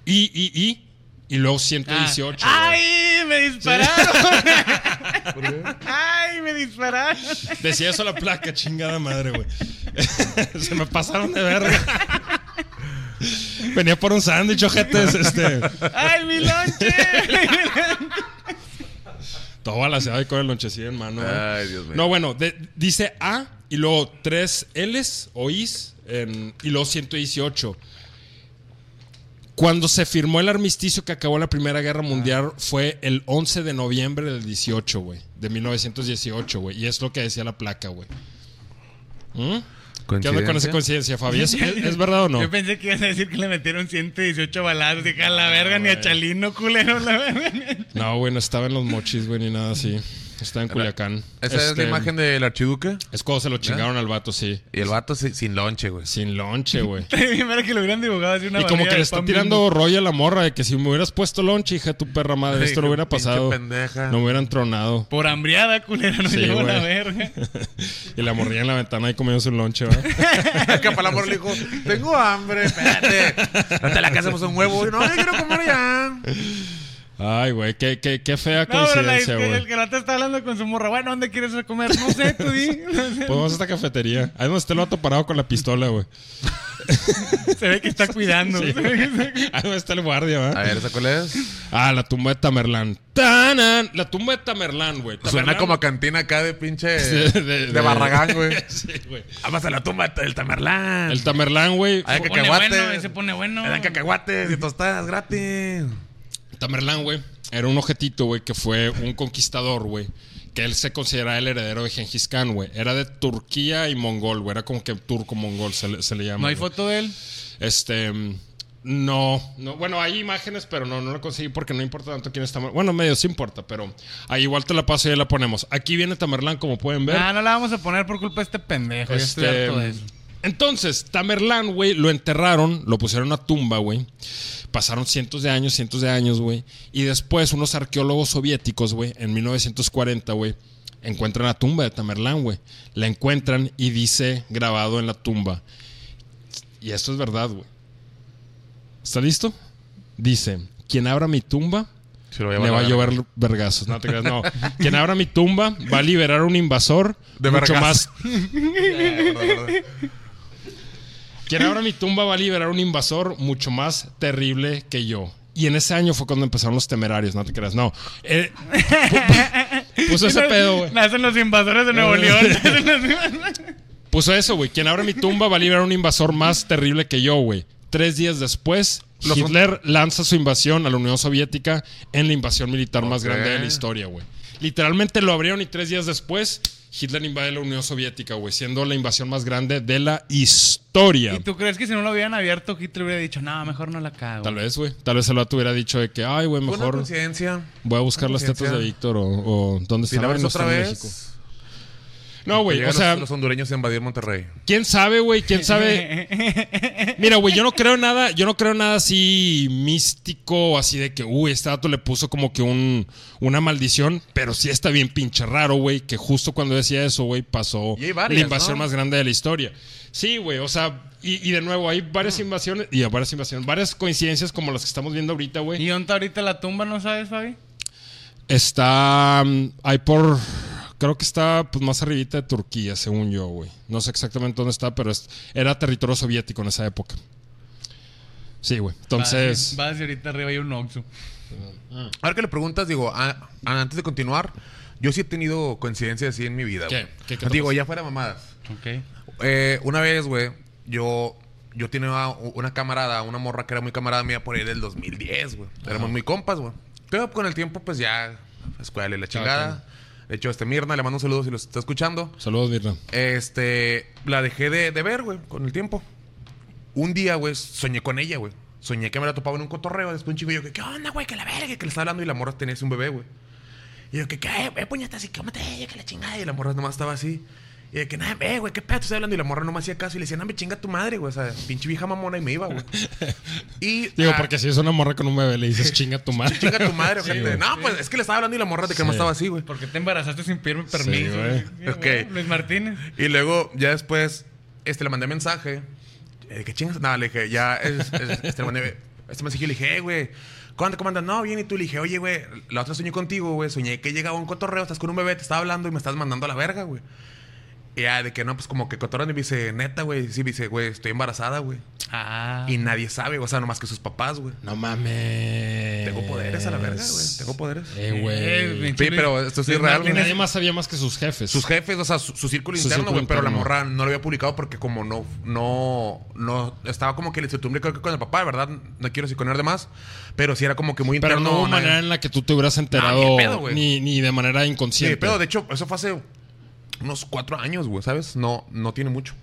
B: I, I, I, y luego 118. güey.
D: Ah. ¡Ay! ¡Me dispararon! ¡Ay! ¡Me dispararon!
B: Decía eso la placa, chingada madre, güey. Se me pasaron de verga. Venía por un sándwich, ojetes, este.
D: ¡Ay, mi lonche!
B: Toda la ciudad con el lonchecillo en mano. güey.
C: Ay, Dios mío.
B: No, bueno, de- dice A y luego tres L's o I's en- y luego 118. Cuando se firmó el armisticio que acabó la Primera Guerra
C: Ah.
B: Mundial fue el 11 de noviembre del 18, güey. De 1918, güey. Y es lo que decía la placa, güey. ¿Mm? ¿Qué onda con esa coincidencia, Fabi? ¿Es, es- es verdad o no?
D: Yo pensé que ibas a decir que le metieron 118 balazos. Dije, a la verga, ni a Chalino, culero, la verga.
B: No, güey, no estaba en los mochis, güey, ni nada así. Estaba en Culiacán.
C: Esa es
B: Este,
C: la imagen del archiduque.
B: Es cuando se lo chingaron al vato, sí.
C: Y el vato si- sin lonche, güey.
B: Sin lonche, güey.
D: Primero que lo hubieran dibujado así una
B: Y como
D: bandera
B: que
D: de
B: le está
D: pan
B: tirando
D: bimbo.
B: rollo a la morra de que si me hubieras puesto lonche, hija de tu perra madre, esto no hubiera
C: Pinche
B: pasado.
C: pendeja.
B: No me hubieran tronado.
D: Por hambriada, culero, no
B: Sí,
D: llevo la
B: güey.
D: verga.
B: Y la morría en la ventana y comiendo su lonche, ¿verdad?
C: Es que para la morra le dijo, tengo hambre, espérate. Hasta la casa puso un huevo. No, yo quiero comer ya.
B: Ay, güey, qué, qué, qué fea
D: No, pero la-
B: coincidencia, güey.
D: el que la te está hablando con su morra, bueno, ¿dónde quieres comer? No sé, tú di. No sé.
B: Pues vamos a esta cafetería. Ahí donde está el vato parado con la pistola, güey.
D: Se ve que está cuidando.
B: Sí,
D: se ve que está-
B: Ahí donde está el guardia, ¿verdad?
C: A ver, ¿esa cuál es?
B: Ah, la tumba de Tamerlán. ¡Tanan! La tumba de Tamerlán, güey.
C: Suena
B: Tamerlán-
C: como a cantina acá de pinche.
B: Sí,
C: de, Barragán, güey.
B: Sí, güey.
C: Vamos a la tumba del Tamerlán.
B: El Tamerlán, güey.
C: Ay,
D: Se pone
C: Cacahuate.
D: bueno, se pone bueno.
C: Le dan cacahuates y tostadas gratis.
B: Tamerlán, güey, era un objetito, güey, que fue un conquistador, güey. Que él se consideraba el heredero de Gengis Khan, güey. Era de Turquía y mongol, güey. Era como que turco-mongol se le, se le llama.
D: No hay
B: güey.
D: foto de él.
B: Este. mm, No, no, bueno, hay imágenes, pero no, no la conseguí porque no importa tanto quién está. Bueno, medio sí importa, pero ahí igual te la paso y ahí la ponemos. Aquí viene Tamerlán, como pueden ver.
D: Ah, no la vamos a poner por culpa de este pendejo. Ya estoy
B: Este,
D: harto de eso.
B: Entonces, Tamerlán, güey, lo enterraron, lo pusieron a tumba, güey. Pasaron cientos de años, cientos de años, güey. Y después unos arqueólogos soviéticos, güey, en 1940, güey, encuentran la tumba de Tamerlán, güey. La encuentran y dice grabado en la tumba. Y esto es verdad, güey. ¿Está listo? Dice, quien abra mi tumba,
C: Se lo
B: le va a llover vergazos. No te creas, no. Quien abra mi tumba va a liberar a un invasor
C: De
B: mucho más
C: vergazos.
B: Quien abra mi tumba va a liberar un invasor mucho más terrible que yo. Y en ese año fue cuando empezaron los temerarios, no te creas, no. Eh, pu- puso ese pedo, güey.
D: Nacen los invasores de Nuevo León. nacen los invasores.
B: Puso eso, güey. Quien abra mi tumba va a liberar un invasor más terrible que yo, güey. Tres días después,
C: Los-
B: Hitler lanza su invasión a la Unión Soviética en la invasión militar más
C: Ok.
B: grande de la historia, güey. Literalmente lo abrieron y tres días después, Hitler invade la Unión Soviética, güey, siendo la invasión más grande de la historia.
D: ¿Y tú crees que si no lo hubieran abierto, Hitler hubiera dicho, no, mejor no la cago?
B: Tal vez, güey. Tal vez el vato hubiera dicho de que, ay, güey,
C: Una
B: mejor
C: coincidencia.
B: voy a buscar las tetas de
C: conciencia.
B: Víctor o, o dónde
C: Si la
B: están.
C: ves
B: No
C: otra
B: están en México.
C: vez.
B: No, güey,
C: llegan
B: o sea,
C: los, los hondureños a invadir Monterrey.
B: quién sabe, güey, quién sabe. Mira, güey, yo no creo en nada, yo no creo en nada así místico, así de que, uy, este dato le puso como que un, una maldición, pero sí está bien pinche raro, güey, que justo cuando decía eso, güey, pasó
C: Y hay varias,
B: la invasión
C: ¿no?
B: más grande de la historia. Sí, güey, o sea, y, y de nuevo, hay varias invasiones, y varias invasiones, varias coincidencias como las que estamos viendo ahorita, güey.
D: ¿Y dónde está ahorita la tumba, no sabes, Fabi?
B: Está mm, ahí por. Creo que está pues, más arribita de Turquía, según yo, güey. No sé exactamente dónde está, pero es- era territorio soviético en esa época. Sí, güey. Entonces.
D: Vas y ahorita arriba hay un Oxxo.
C: Ahora que le preguntas, digo, a- a- antes de continuar, yo sí he tenido coincidencias así en mi vida.
B: ¿Qué?
C: güey.
B: ¿Qué- qué te
C: digo,
B: pasa?
C: ya fuera mamadas.
D: Ok.
C: Eh, una vez, güey, yo, yo tenía una camarada, una morra que era muy camarada mía por ahí del 2010, güey. Éramos muy compas, güey. Pero con el tiempo, pues ya, escuela y la chingada. De hecho, este Mirna, le mando un saludo si lo está escuchando.
B: Saludos, Mirna.
C: Este, la dejé de, de ver, güey, con el tiempo. Un día, güey, soñé con ella, güey. Soñé que me la topaba en un cotorreo. Después un chico y yo, que, ¿qué onda, güey? Que la verga, que le estaba hablando y la morra tenía así un bebé, güey. Y yo, que, ¿qué? Eh, puñetas, y que mate ella, que la chingada. Y la morra nomás estaba así. Y de que, nada, ve, güey, qué pedo te estoy hablando. Y la morra no me hacía caso. Y le decía, no, me chinga tu madre, güey. O sea, pinche vieja mamona. Y me iba, güey. Y.
B: Digo,
C: ah,
B: porque si es una morra con un bebé, le dices chinga tu madre.
C: Chinga tu madre,
B: Sí,
C: gente.
B: güey.
C: No, pues es que le estaba hablando y la morra de que no
B: Sí.
C: estaba así, güey.
D: ¿Por qué te embarazaste sin pedirme
B: Sí,
D: permiso?
B: güey.
D: Qué
C: Ok.
D: huevo, Luis Martínez.
C: Y luego, ya después, este, le mandé mensaje. Eh, ¿Qué chingas? Nada, le dije, ya, es- es- este, le mandé este mensaje. y Le dije, "Eh, güey, ¿cómo andas? ¿Cómo andas? No, bien. Y tú le dije, oye, güey, la otra soñé contigo, güey. Soñé que llegaba un cotorreo, estás con un bebé, te estaba hablando y me estás mandando a la verga, güey. Y ya, de que no, pues como que cotorrean y me dice, neta, güey. Sí, me dice, güey, estoy embarazada, güey.
D: Ah.
C: Y nadie sabe, o sea, nomás que sus papás, güey.
B: No mames.
C: Tengo poderes a la verga, güey. Tengo poderes.
B: Eh, güey.
D: Eh,
C: Sí, pero esto sí es
D: Luis
C: real, güey.
D: Martínez.
B: Nadie más sabía más que sus jefes.
C: Sus jefes, o sea, su, su círculo
B: Su
C: interno,
B: círculo
C: güey, pero la
B: interno.
C: morra no lo había publicado porque como no, no, no, estaba como que la incertidumbre creo que con el papá, de verdad, no quiero siconear de más, pero sí era como que muy
B: pero
C: interno.
B: no hubo
C: nadie-
B: manera en la que tú te hubieras enterado
C: ni de pedo, güey.
B: ni, ni de manera
C: Sí,
B: inconsciente.
C: pero de hecho, eso fue hace unos cuatro años, güey, ¿sabes? No, no tiene mucho.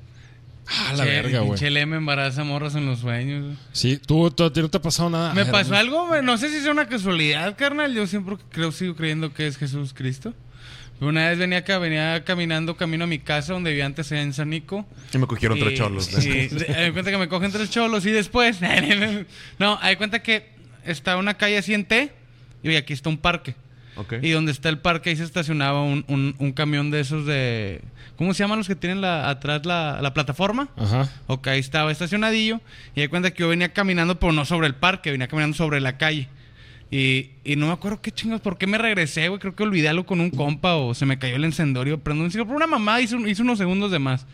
B: Ah, la
D: Che,
B: verga, güey.
D: Pinche Leme embaraza morras en los sueños. güey.
B: Sí, tú, tú- a ti no te ha pasado nada.
D: Me
B: Ay,
D: pasó algo, güey, no sé si sea una casualidad, carnal. Yo siempre creo, sigo creyendo que es Jesús Cristo. Una vez venía, acá, venía caminando camino a mi casa, donde vivía antes allá en San Nico.
C: Y me cogieron
D: Y-
C: tres cholos. ¿no?
D: y- de- me di cuenta que me cogen tres cholos y después. no, hay cuenta que está una calle así en T y oye, aquí está un parque.
C: Ok.
D: Y donde está el parque ahí se estacionaba un, un- un camión de esos de. ¿Cómo se llaman los que tienen la, atrás la, la plataforma?
B: Ajá.
D: Ok, ahí estaba estacionadillo y di cuenta que yo venía caminando, pero no sobre el parque, venía caminando sobre la calle. Y, y no me acuerdo qué chingados, por qué me regresé, güey. Creo que olvidé algo con un compa o se me cayó el encendorio. Prendo un cigarro, por una mamá hizo, hizo unos segundos de más.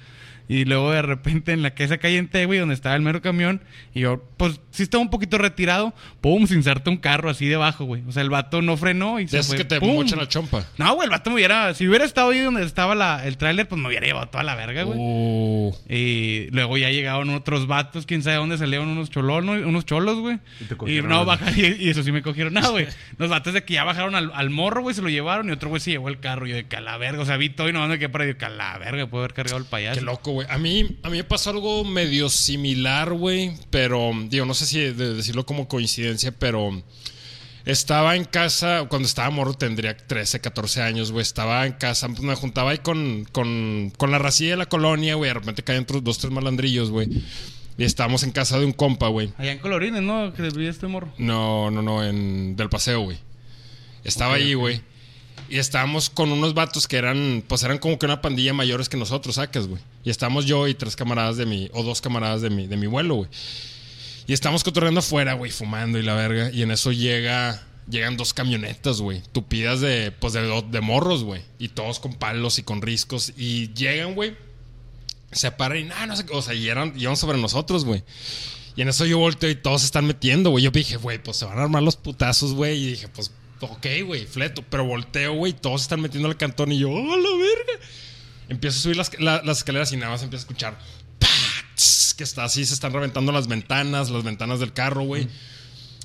D: Y luego de repente en la que esa calle en T, güey, donde estaba el mero camión, y yo, pues sí estaba un poquito retirado, pum, se inserta un carro así debajo, güey. O sea, el vato no frenó y
B: De
D: se
B: esas
D: fue.
B: que te
D: ¡pum!
B: mochan la chompa.
D: No, güey, el vato me hubiera. Si hubiera estado ahí donde estaba la- el tráiler, pues me hubiera llevado toda la verga, güey.
B: Uh,
D: Y luego ya llegaron otros vatos, quién sabe dónde salieron unos cholonos, unos cholos, güey.
C: Y te
D: Y,
C: cogieron,
D: no
C: ¿verdad?
D: baja- y, y eso sí me cogieron. No, güey. Los vatos de que ya bajaron al, al morro, güey, se lo llevaron y otro güey se llevó el carro. Y Yo de calaverga, o sea, vi todo y no me quedé para de calaverga, puede haber cargado el payaso.
B: qué loco, güey. A mí, a mí me pasó algo medio similar, güey. Pero, digo, no sé si de- decirlo como coincidencia, pero estaba en casa, cuando estaba morro tendría 13, 14 años, güey. Estaba en casa, pues, me juntaba ahí con, con, con la racilla de la colonia, güey. De repente caen otros dos, tres malandrillos, güey. Y estábamos en casa de un compa, güey.
D: Allá en Colorines, ¿no? Que vi este morro.
B: No, no, no, en Del Paseo, güey. Estaba ahí, güey. Y estábamos con unos vatos que eran, pues eran como que una pandilla mayores que nosotros, sacas, güey. Y estábamos yo y tres camaradas de mi, o dos camaradas de mi, de mi vuelo, güey. Y estamos cotorreando afuera, güey, fumando y la verga. Y en eso llega, llegan dos camionetas, güey. Tupidas de, pues de, de morros, güey. Y todos con palos y con riscos. Y llegan, güey. Se paran y nada, no sé qué. O sea, y eran, iban sobre nosotros, güey. Y en eso yo volteo y todos se están metiendo, güey. Yo dije, güey, pues se van a armar los putazos, güey. Y dije, pues, ok, güey, fleto. Pero volteo, güey, y todos se están metiendo al cantón. Y yo, ¡oh, la verga! Empiezo a subir las, la- las escaleras y nada más empiezo a escuchar. ¡pa! Tss, Que está así, se están reventando las ventanas, las ventanas del carro, güey.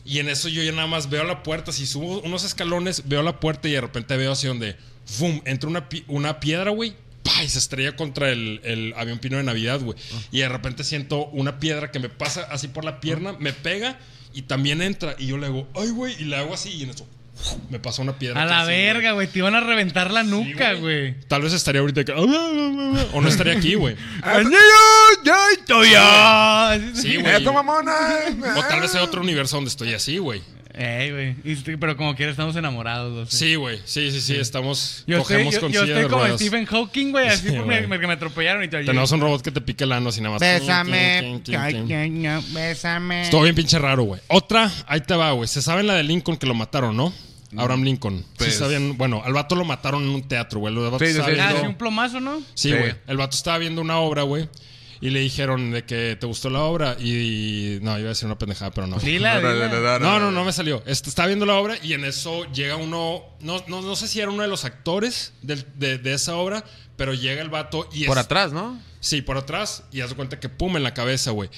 B: Y en eso yo ya nada más veo la puerta. Si subo unos escalones, veo la puerta y de repente veo hacia donde, ¡fum! Entra una, pi- una piedra, güey. ¡pa! Y se estrella contra el, el avión pino de Navidad, güey.
D: Ah.
B: Y de repente siento una piedra que me pasa así por la
D: Ah.
B: pierna, me pega y también entra. Y yo le hago, ¡ay, güey! Y le hago así y en eso, ¡fum! me pasa una piedra.
D: A
B: que
D: la
B: así,
D: verga, güey, te iban a reventar la nuca, güey.
B: Tal vez estaría ahorita que- "Ah, O no estaría aquí, güey.
C: ¡Ya estoy
D: ¡Ya! Ah.
B: Sí, güey.
C: ¡Eso, mamona!
B: O tal vez hay otro universo donde estoy así, güey.
D: Ey, güey. Y este- Pero como quiera, estamos enamorados, los
B: Sí, güey. Sí, sí, sí. Estamos.
D: Yo estoy,
B: cogemos
D: yo,
B: con
D: yo
B: silla
D: estoy
B: de
D: como
B: ruedas.
D: Stephen Hawking, güey, así
B: Sí,
D: por
B: güey.
D: me, que me atropellaron y te
B: Tenemos un robot que te pique el ano así nada más.
A: Bésame.
B: Tin, tin, tin, tin, tin.
A: Bésame.
B: Estuvo bien pinche raro, güey. Otra, ahí te va, güey. Se sabe la de Lincoln que lo mataron, ¿no?
D: Mm.
B: Abraham Lincoln.
C: Pues-
B: Sí, sabían. Bueno, al vato lo mataron en un teatro, güey. Los vatos
C: Sí, sí,
B: estaban
C: sí,
D: Ah,
B: viendo-
D: sí, un plomazo, ¿no?
B: Sí,
C: Sí.
B: güey. El vato estaba viendo una obra, güey. Y le dijeron de que te gustó la obra. Y. No, iba a decir una pendejada, pero no.
D: Dila, dila.
B: No, no, no me salió. Est- Estaba viendo la obra y en eso llega uno. No, no, no sé si era uno de los actores del- de, de esa obra, pero llega el vato y
C: Por
B: es-
C: atrás, ¿no?
B: Sí, por atrás. Y haz de cuenta que pum en la cabeza, güey.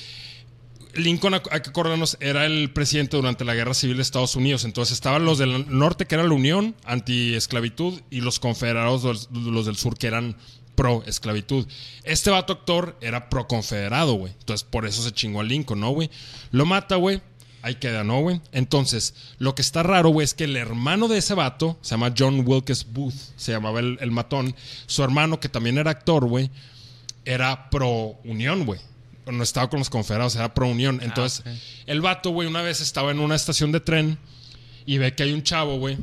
B: Lincoln, hay que acordarnos, era el presidente durante la Guerra Civil de Estados Unidos. Entonces estaban los del norte, que era la Unión anti-esclavitud, y los confederados, los, los del sur, que eran pro-esclavitud. Este vato actor era pro-confederado, güey. Entonces por eso se chingó a Lincoln, ¿no, güey? Lo mata, güey. Ahí queda, ¿no, güey? Entonces, lo que está raro, güey, es que el hermano de ese vato, se llama John Wilkes Booth, se llamaba el, el matón, su hermano, que también era actor, güey, era pro unión, güey. No estaba con los confederados, era pro unión. Entonces, el vato, güey, una vez estaba en una estación de tren y ve que hay un chavo, güey,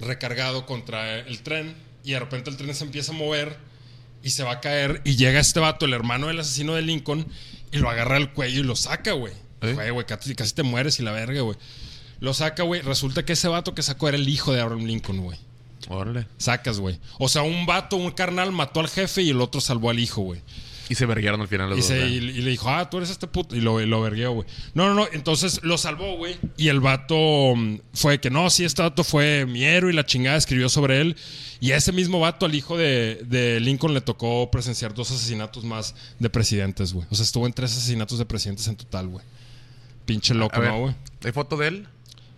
B: recargado contra el tren y de repente el tren se empieza a mover y se va a caer y llega este vato, el hermano del asesino de Lincoln, y lo agarra al cuello y lo saca, güey.
C: ¿Eh?
B: Güey, güey, casi, casi te mueres y la verga, güey. Lo saca, güey. Resulta que ese vato que sacó era el hijo de Abraham Lincoln, güey.
C: Órale.
B: Sacas, güey. O sea, un vato, un carnal mató al jefe y el otro salvó al hijo, güey.
C: Y se verguearon al final los
B: Y,
C: dos.
B: se- y-
C: ¿eh?
B: y le dijo, ah, tú eres este puto. Y lo, y lo vergueó, güey. No, no, no. Entonces lo salvó, güey. Y el vato mm, fue que no, sí, este vato fue mi héroe y la chingada escribió sobre él. Y a ese mismo vato, al hijo de, de Lincoln, le tocó presenciar dos asesinatos más de presidentes, güey. O sea, estuvo en tres asesinatos de presidentes en total, güey. Pinche loco,
C: A ver,
B: ¿no, güey?
C: ¿Hay foto de él?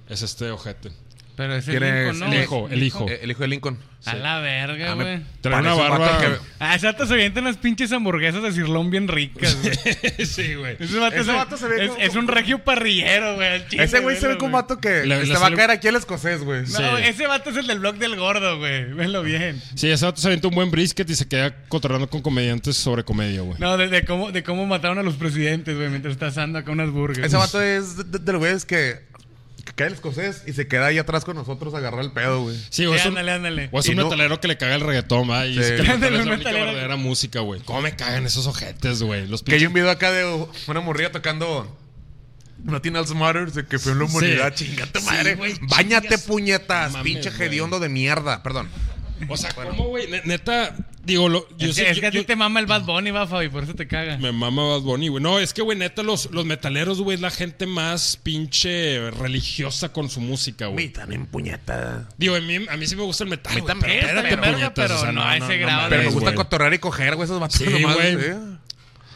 B: Es este ojete.
D: Pero es el
C: Tiene-
D: Lincoln, ¿no?
B: el hijo, el hijo.
C: Eh, El hijo de Lincoln.
D: A la verga,
C: Ah, me-
D: güey.
B: Trae una
C: parece un vato
B: barba.
C: que-
D: Ah, ese vato se avientan unas pinches hamburguesas de cirlón bien ricas, güey.
B: sí, güey.
D: Ese vato,
C: Ese
D: se-
C: vato se ve
D: es,
C: como-
D: es un regio parrillero, güey. al chile,
C: Ese güey se ve
D: velo,
C: como un vato que
B: Le- le
C: se va a
B: sale-
C: caer aquí al escocés, güey.
D: No,
B: Sí.
D: güey, ese vato es el del blog del gordo, güey. Velo bien.
B: Sí, ese vato se avienta un buen brisket y se queda cotorreando con comediantes sobre comedia, güey.
D: No, de, de cómo, de cómo mataron a los presidentes, güey, mientras está asando acá unas burgers.
C: Ese vato es de, de- de los güeyes que, que cae al escocés y se queda ahí atrás con nosotros a agarrar el pedo, güey.
B: Sí,
D: Sí,
B: o es un,
D: ándale, ándale.
B: o es un
C: Y no-
B: metalero que le caga el reggaetón, ¿va? Y
C: Sí.
B: dice que el metal
D: Ándale,
B: es
D: un
B: la única
D: metalero.
B: verdadera música, güey. ¿Cómo me cagan esos ojetes, güey? Los
C: Que hay
B: pinches...
C: un video acá de una morrilla tocando Nothing Else Matters de que fue en la humanidad.
B: Sí.
C: Chinga tu
B: Sí,
C: madre.
B: güey,
C: Báñate,
B: chingas.
C: puñetas.
B: Mames,
C: pinche
B: güey.
C: hediondo de mierda. Perdón.
B: O sea, ¿cómo, güey? Ne- Neta, digo, lo- yo
D: es,
B: sé-
D: que, es
B: yo-
D: que a ti
B: yo-
D: te mama el Bad Bunny, va, Fabi, por eso te caga.
B: Me mama Bad Bunny, güey. No, es que, güey, neta, los, los metaleros, güey, es la gente más pinche religiosa con su música,
C: A mí
B: güey.
C: también puñeta.
B: Digo, a mí, a mí sí me gusta el metal,
C: A mí
B: güey,
C: también,
B: pero espérate,
C: pero-
B: puñetas,
D: pero no a ese grado.
C: Pero me
D: Sí,
B: mames,
C: gusta
B: güey.
C: cotorrear y coger, güey. Esos vatos
B: Sí,
C: nomás,
B: güey.
C: ¿eh?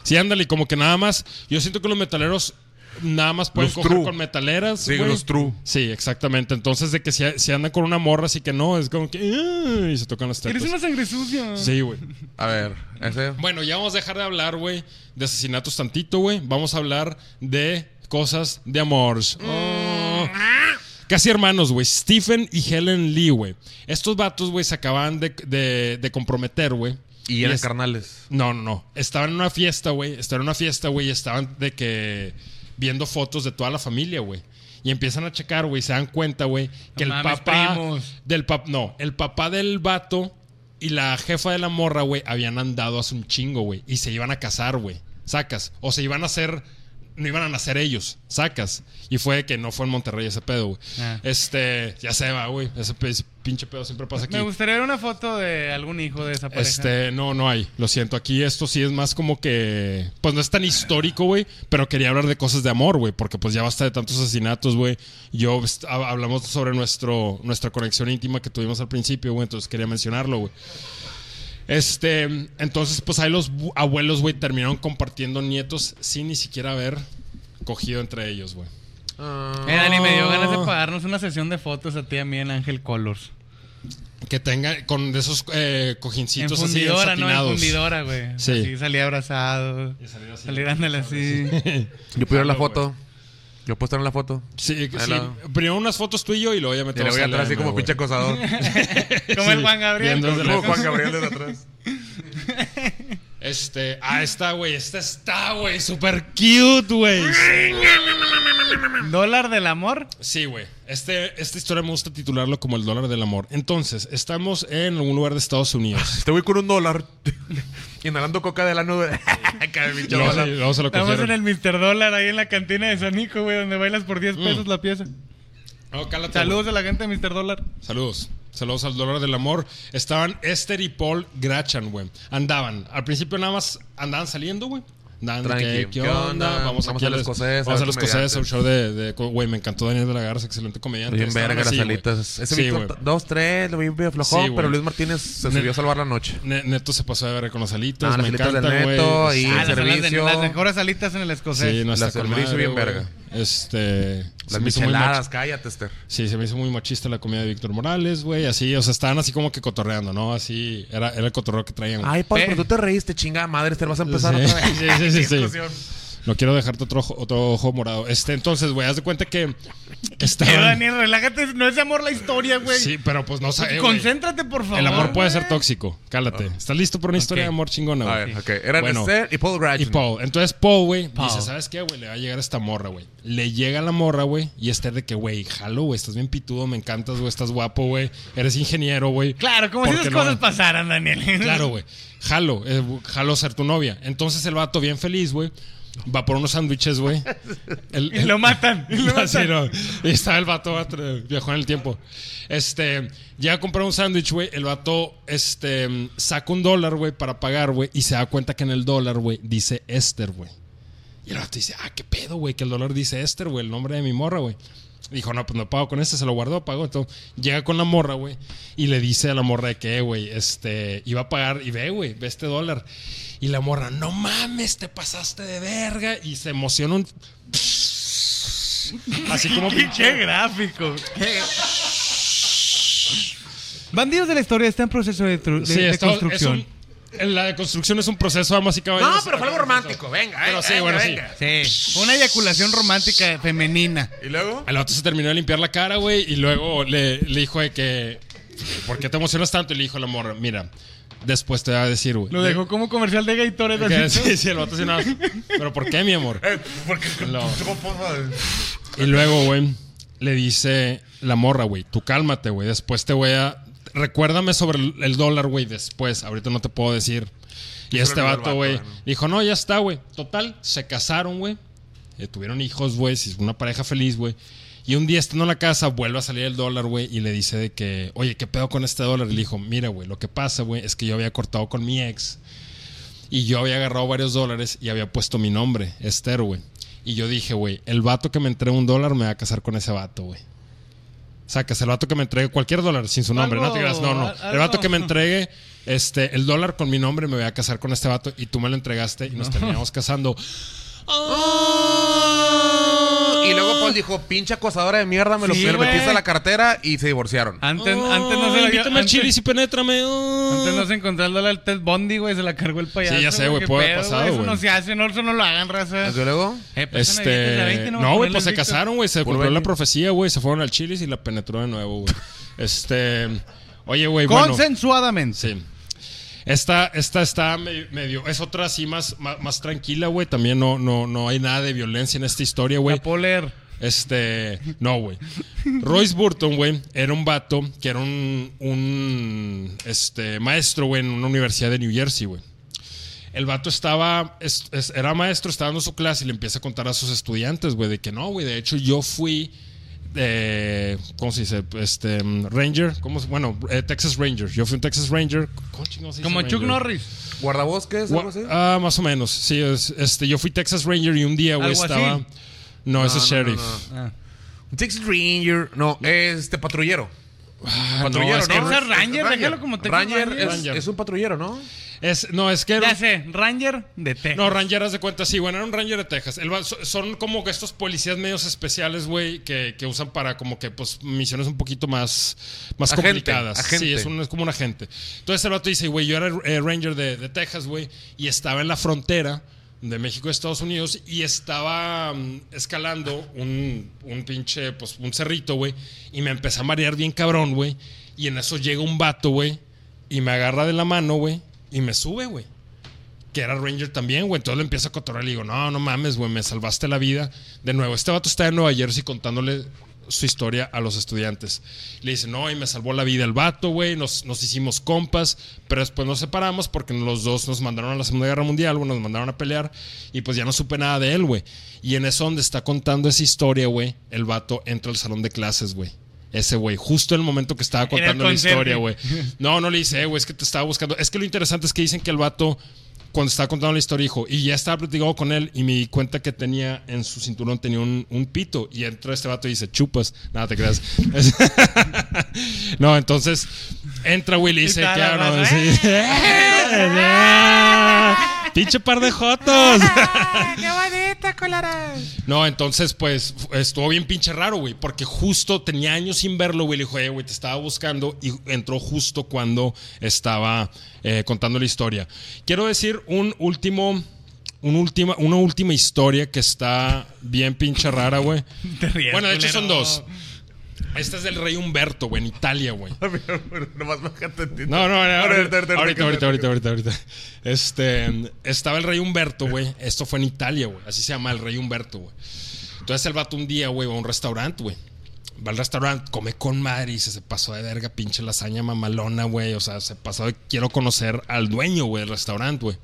B: Sí, ándale, y como que nada más. Yo siento que los metaleros nada más pueden
C: Los
B: coger
C: true.
B: con metaleras.
C: Sí,
B: güey.
C: los true.
B: Sí, exactamente. Entonces, de que si, si andan con una morra, así que no, es como que. "Ah", Y se tocan las tetas.
D: Eres una sangre sucia.
B: Sí, güey.
C: A ver, ese.
B: Bueno, ya vamos a dejar de hablar, güey, de asesinatos tantito, güey. Vamos a hablar de cosas de amores. Oh. Casi hermanos, güey. Stephen y Helen Lee, güey. Estos vatos, güey, se acaban de, de- de comprometer, güey.
C: Y eran
B: es-
C: carnales.
B: no, no, no. Estaban en una fiesta, güey. Estaban en una fiesta, güey. Y estaban de que viendo fotos de toda la familia, güey. Y empiezan a checar, güey. y Se dan cuenta, güey, que
D: No
B: el
D: mames,
B: papá
D: primos.
B: del pap no, el papá del vato y la jefa de la morra, güey, habían andado hace un chingo, güey, y se iban a casar, güey. Sacas, o se iban a hacer no iban a nacer ellos, sacas. Y fue que no fue en Monterrey ese pedo, güey.
D: Ah.
B: Este, ya se va, güey. Ese pe- ese pinche pedo siempre pasa aquí.
D: Me gustaría ver una foto de algún hijo de esa pareja.
B: Este, no, no hay. Lo siento. Aquí esto sí es más como que. Pues no es tan histórico, güey. Pero quería hablar de cosas de amor, güey. Porque pues ya basta de tantos asesinatos, güey. Yo pues, ha- hablamos sobre nuestro, nuestra conexión íntima que tuvimos al principio, güey. Entonces quería mencionarlo, güey. Este, entonces, pues ahí los bu- abuelos, güey, terminaron compartiendo nietos sin ni siquiera haber cogido entre ellos, güey.
D: Eh, Dani, me dio ganas de pagarnos una sesión de fotos a ti y a mí en Ángel Colors.
B: Que tengan con de esos eh,
D: En
B: cojincitos así
D: fundidora, ¿no? En
B: satinados.
D: fundidora, güey.
B: Sí.
D: Así, salía abrazado.
B: Y salir así.
D: Salir ándale así.
C: Yo puedo ver la
B: Ah, no, güey.
C: foto. Yo puedo estar en la foto.
B: Sí,
C: Ahí
B: sí.
C: la-
B: Primero unas fotos tú y yo y luego ya me
C: Y le voy atrás así como pinche acosador.
D: Como el Juan Gabriel.
B: Viendo desde
C: Como
B: lejos.
C: Juan Gabriel desde atrás.
B: Este, ah, esta, güey, esta está, güey, super cute, güey.
D: Dólar del amor.
B: Sí, güey. Este, esta historia me gusta titularlo como el dólar del amor. Entonces, estamos en algún lugar de Estados Unidos.
C: Este güey con un dólar. Inhalando coca del ano. de- Cae mi
B: Luego
C: chaval.
B: se- luego se lo
D: Estamos en
B: cogieron.
D: el Mr. Dólar ahí en la cantina de San Nico, güey, donde bailas por
B: Mm.
D: 10 pesos la pieza.
B: No, cálate,
D: Saludos a la gente de Mr. Dólar.
B: Saludos. Saludos al dolor del amor. Estaban Esther y Paul Grachan, güey. Andaban. Al principio nada más andaban saliendo, güey. Andaban de
C: Tranqui.
B: que, ¿qué onda? Vamos,
C: Vamos
B: aquí
C: a los
B: al-
C: escocés,
B: Vamos
C: a
B: a los
C: los
B: escoceses, a un show de... de- Güey, me encantó Daniel de la Garza, excelente comediante.
C: Bien
B: Estaban
C: verga las
B: así, güey.
C: alitas. Ese
B: Sí,
C: Víctor,
B: güey.
C: dos, tres, lo vi medio
B: Sí,
C: flojón,
B: güey.
C: pero Luis Martínez se
B: Ne-
C: subió a salvar la noche.
B: Ne- Neto se pasó de ver con las alitas.
C: Ah, las
B: me
C: alitas del
B: encantan, güey. Ah,
C: Neto, ahí.
B: Sí,
C: Y el
D: Ah, las, son las de-
C: servicio.
D: las mejores alitas en el escocés.
B: Sí, no
C: Las
B: está
C: del
B: con
C: Brizo
B: madre,
C: bien
B: güey.
C: verga.
B: Este... se
C: Las
B: me hizo muy
C: micheladas, cállate, Esther.
B: Sí, se me hizo muy machista la comida de Víctor Morales, güey. Así, o sea, estaban así como que cotorreando, ¿no? Así, era, era el cotorreo que traían. güey.
C: Ay, Paul,
D: Pe-
C: pero tú te reíste, chingada madre, Esther, vas a empezar
B: Sí,
C: otra vez.
B: sí, sí, sí, sí.
C: Discusión.
B: No quiero dejarte otro ojo, otro ojo morado. Este, entonces, güey, haz de cuenta que, que
D: Eh,
B: estaban...
D: Daniel, relájate, no es de amor la historia, güey.
B: Sí, pero pues no sé, güey.
D: Concéntrate, por favor.
B: El amor puede ser
D: güey.
B: tóxico. Cálate. ¿Estás listo por una historia de amor chingona,
C: Ah. A
B: güey?
C: ver, ok. Eran
B: Bueno.
C: Esther y Paul Grachan.
B: Y Paul. Entonces Paul, güey,
D: Paul.
B: dice, ¿sabes qué, güey? Le va a llegar esta morra, güey. Le llega la morra, güey, y Esther de que, güey, jalo, güey, estás bien pitudo, me encantas, güey, estás guapo, güey, eres ingeniero, güey.
D: Claro, como si
B: ¿Por
D: esas
B: qué no?
D: cosas pasaran, Daniel.
B: Claro, güey. Jalo, eh, bu- jalo ser tu novia. Entonces el vato, bien feliz, güey, va por unos sándwiches, güey. El-
D: Y lo matan. y lo
B: Así,
D: matan.
B: no. Y estaba el vato, atr- viajó en el tiempo. Este, ya a comprar un sándwich, güey. El vato, este, saca un dólar, güey, para pagar, güey. Y se da cuenta que en el dólar, güey, dice Esther, güey. Y el vato dice, ah, qué pedo, güey, que el dólar dice Esther, güey, el nombre de mi morra, güey. Dijo, no, pues no pago con este, se lo guardó, pagó. Entonces llega con la morra, güey, y le dice a la morra de que, eh, güey, este, iba a pagar, y ve, güey, ve este dólar. Y la morra, no mames, te pasaste de verga. Y se emociona un. Así como
D: Pinche gráfico. Bandidos de la historia está en proceso de, tru- de-
B: Sí,
D: de
B: esto-
D: construcción.
B: es un- la construcción es un proceso, damas y caballeros.
E: No, pero fue algo romántico. Venga,
B: Pero
E: eh,
B: sí,
E: venga,
B: bueno, sí.
E: venga.
D: Sí. Una eyaculación romántica femenina.
C: ¿Y luego?
B: Al otro se terminó de limpiar la cara, güey, y luego le, le dijo de que. ¿Por qué te emocionas tanto? Y le dijo la morra, mira, después te va a decir, güey.
D: Lo dejó como comercial de Gatorade.
B: Que-
D: así.
B: sí, sí, el vato sí nada más, Pero ¿por qué, mi amor?
C: Eh, porque...
B: No.
C: Pues
B: Y luego, güey, le dice la morra, güey, tú cálmate, güey, después te voy a... Recuérdame sobre el el dólar, güey, después, ahorita no te puedo decir. Y este
C: el
B: vato,
C: vato,
B: güey,
C: ¿no?
B: dijo, no, ya está, güey. Total, se casaron, güey. eh, tuvieron hijos, güey, si- una pareja feliz, güey. Y un día estando en la casa, vuelve a salir el dólar, güey, y le dice de que, oye, ¿qué pedo con este dólar? Y le dijo, mira, güey, lo que pasa, güey, es que yo había cortado con mi ex. Y yo había agarrado varios dólares y había puesto mi nombre, Esther, güey. Y yo dije, güey, el vato que me entregue un dólar me va a casar con ese vato, güey. O sea, que es el vato que me entregue cualquier dólar sin su nombre, no te creas, no, no.
D: Algo-
B: El vato
D: algo.
B: que me entregue este, el dólar con mi nombre me voy a casar con este vato y tú me lo entregaste y nos terminamos casando.
E: Y
B: Ah.
E: luego
D: pues,
E: Paul dijo, pinche acosadora de mierda, me lo
D: Sí,
E: me lo
D: güey.
E: metiste a la cartera y se divorciaron.
B: Ah.
D: Antes,
B: Oh,
D: antes no se la
B: Invítame al
D: antes-
B: chili y penétrame. oh.
D: Antes no se encontró el dólar del Ted Bondi, güey. Se la cargó el payaso.
B: Sí, ya sé, güey,
D: qué
B: puede haber
D: pedo,
B: pasado,
D: Eso
B: güey.
D: no se hace, no, eso no lo hagan, raza.
E: Desde luego,
D: Eh, pues, son las 20,
B: Este,
D: las 20,
B: no,
D: voy
B: güey,
D: a
B: pues se
D: ponerle el
B: casaron, güey. Se
E: Puro
B: cumplió la
E: Benny.
B: profecía, güey. Se fueron al Chilis y la penetró de nuevo, güey. Este. Oye, güey,
D: grito.
B: bueno.
D: Consensuadamente.
B: Sí. Esta, esta está me- medio. Es otra así más, más, más tranquila, güey. También no, no, no hay nada de violencia en esta historia,
D: La
B: güey.
D: puedo leer.
B: Este, no, güey. Royce Burton, güey, era un vato que era un, un, este, maestro, güey, en una universidad de New Jersey, güey. El vato estaba, es- es- era maestro, estaba dando su clase y le empieza a contar a sus estudiantes, güey, de que no, güey, de hecho yo fui, eh, ¿cómo se dice? Este, mm, Ranger, ¿cómo se- Bueno, eh, Texas Ranger. Yo fui un Texas Ranger. ¿Cómo chingados se dice
D: Como Chuck
B: Ranger?
D: Norris.
E: guardabosques,
B: Gua-
E: algo así.
B: Ah, más o menos. Sí, es- este, yo fui Texas Ranger y un día, güey,
D: ¿Alguacil?
B: estaba... No, ese es
E: no, no,
B: sheriff.
E: no.
D: Ah.
E: Six Ranger, no, este patrullero.
B: Ah, no,
E: Patrullero,
B: es que
E: ¿no?
D: Texas Ranger, déjalo como Texas
E: Ranger.
D: Ranger.
E: es-
B: Ranger.
E: es un patrullero, ¿no?
B: Es, no, es que era-
D: Ya sé, Ranger de Texas.
B: No, Ranger, haz de cuenta, sí, bueno, era un Ranger de Texas. El va- so- son como que estos policías medios especiales, güey, que, que usan para como que, pues, misiones un poquito más, más
E: Agente,
B: complicadas. Sí,
E: agente.
B: es, un- es como un agente. Entonces el vato dice, güey, yo era eh, Ranger de, de Texas, güey, y estaba en la frontera de México y Estados Unidos y estaba mm, escalando un, un pinche, pues, un cerrito, güey, y me empecé a marear bien cabrón, güey, y en eso llega un vato, güey, y me agarra de la mano, güey, y me sube, güey que era Ranger también, güey. Entonces le empiezo a cotorrear y le digo, no, no mames, güey, me salvaste la vida. De nuevo, este vato está en Nueva Jersey contándole su historia a los estudiantes. Le dice, no, y me salvó la vida el vato, güey, nos, nos hicimos compas, pero después nos separamos porque los dos nos mandaron a la Segunda Guerra Mundial, güey, nos mandaron a pelear y pues ya no supe nada de él, güey. Y en eso donde está contando esa historia, güey, el vato entra al salón de clases, güey. Ese güey, justo en el momento que estaba
D: Era el
B: contando la
D: conserje.
B: historia, güey. No, no le dice, "Eh, güey, es que te estaba buscando. Es que lo interesante es que dicen que el vato, cuando estaba contando la historia, dijo, y ya estaba platicando con él y me di cuenta que tenía en su cinturón tenía un, un pito. Y entra este vato y dice, chupas. Nada, te creas. Es- no, entonces entra, güey, y le dice,
D: Y toda la
B: claro,
D: raza,
B: sí. Pinche par de jotos.
E: ¡Qué bonita, Colara!
B: No, entonces, pues, f- estuvo bien pinche raro, güey, porque justo tenía años sin verlo, güey. Le dijo, "Eh, güey, te estaba buscando y entró justo cuando estaba eh, contando la historia. Quiero decir un último, un última, una última historia que está bien pinche rara, güey.
D: Te ríes,
B: Bueno, de hecho son
D: culero.
B: dos. Esta es del rey Humberto, güey, en Italia, güey.
C: Nomás bájate. tantito.
B: No, no, no,
C: Ahorita,
B: ahorita,
C: ahorita,
B: ahorita, ahorita, ahorita, ahorita, ahorita. Este, estaba el rey Humberto, güey. Esto fue en Italia, güey. Así se llama el rey Humberto, güey. Entonces el vato un día, güey, va a un restaurante, güey. Va al restaurante, come con madre y dice, se pasó de verga, pinche lasaña mamalona, güey. O sea, se pasó de quiero conocer al dueño, güey, del restaurante, güey.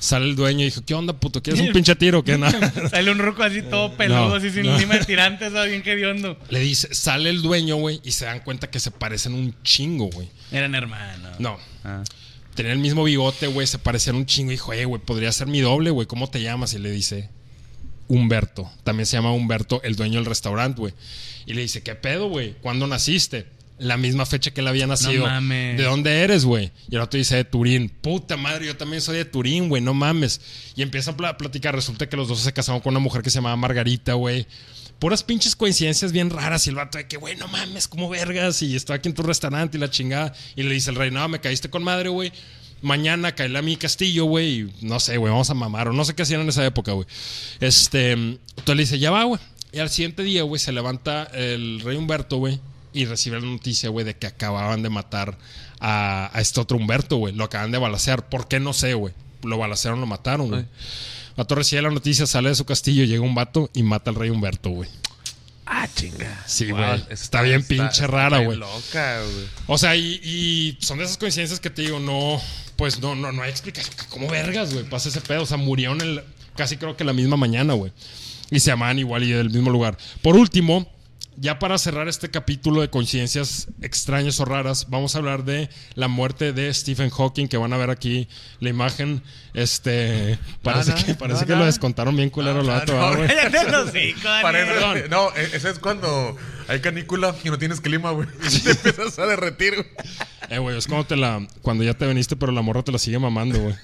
B: Sale el dueño y dijo, ¿qué onda, puto? ¿Quieres un pinche tiro? o ¿Qué nada?
D: Sale un ruco así todo peludo,
B: No,
D: así sin
B: no.
D: lima de tirantes, ¿sabes? bien hediondo.
B: Le dice, sale el dueño, güey, y se dan cuenta que se parecen un chingo, güey.
D: Eran hermanos.
B: No.
D: Ah.
B: Tenía el mismo bigote, güey. Se parecían un chingo. Dijo, eh, güey, podría ser mi doble, güey. ¿Cómo te llamas? Y le dice, Humberto. También se llama Humberto, el dueño del restaurante, güey. Y le dice, ¿qué pedo, güey? ¿Cuándo naciste? la misma fecha que él había nacido.
D: mames.
B: ¿De dónde eres, güey? Y el otro dice de Turín. Puta madre, yo también soy de Turín, güey, no mames. Y empiezan a pla- platicar. Resulta que los dos se casaron con una mujer que se llamaba Margarita, güey. Puras pinches coincidencias bien raras. Y el vato de que, güey, no mames, como vergas. Y estoy aquí en tu restaurante y la chingada. Y le dice el rey, no, me caíste con madre, güey. Mañana caerá a mi castillo, güey. y No sé, güey, vamos a mamar. O no sé qué hacían en esa época, güey. Este, entonces le dice, ya va, güey. Y al siguiente día, güey, se levanta el rey Humberto, güey. Y recibe la noticia, güey, de que acababan de matar a, a este otro Humberto, güey. Lo acaban de balacear. ¿Por qué? No sé, güey. Lo balacearon, lo mataron, güey. Vato recibe la noticia, sale de su castillo, llega un vato y mata al rey Humberto, güey.
E: Ah, chinga.
B: Sí,
C: Wow,
B: güey. Está, bien pinche rara,
C: está
B: güey.
C: Loca, güey.
B: O sea, y, y son de esas coincidencias que te digo, no, pues no, no, no hay explicación. ¿Cómo vergas, güey? Pasa ese pedo. O sea, murieron el, casi creo que la misma mañana, güey. Y se amaban igual y del mismo lugar. Por último, ya para cerrar este capítulo de coincidencias extrañas o raras, vamos a hablar de la muerte de Stephen Hawking, que van a ver aquí la imagen. Este, parece
E: no,
B: que, parece
E: no,
B: que
E: no.
B: lo descontaron bien culero, lo
C: no,
B: vato,
C: no,
B: ¿verdad, güey.
D: Cállate el hocico, Daniel.
C: Para el-
B: Perdón.
C: no, e- ese es cuando hay canícula y no tienes clima, güey. Te empiezas a derretir, güey.
B: Eh, güey, es cuando, te la, cuando ya te veniste, pero la morra te la sigue mamando, güey.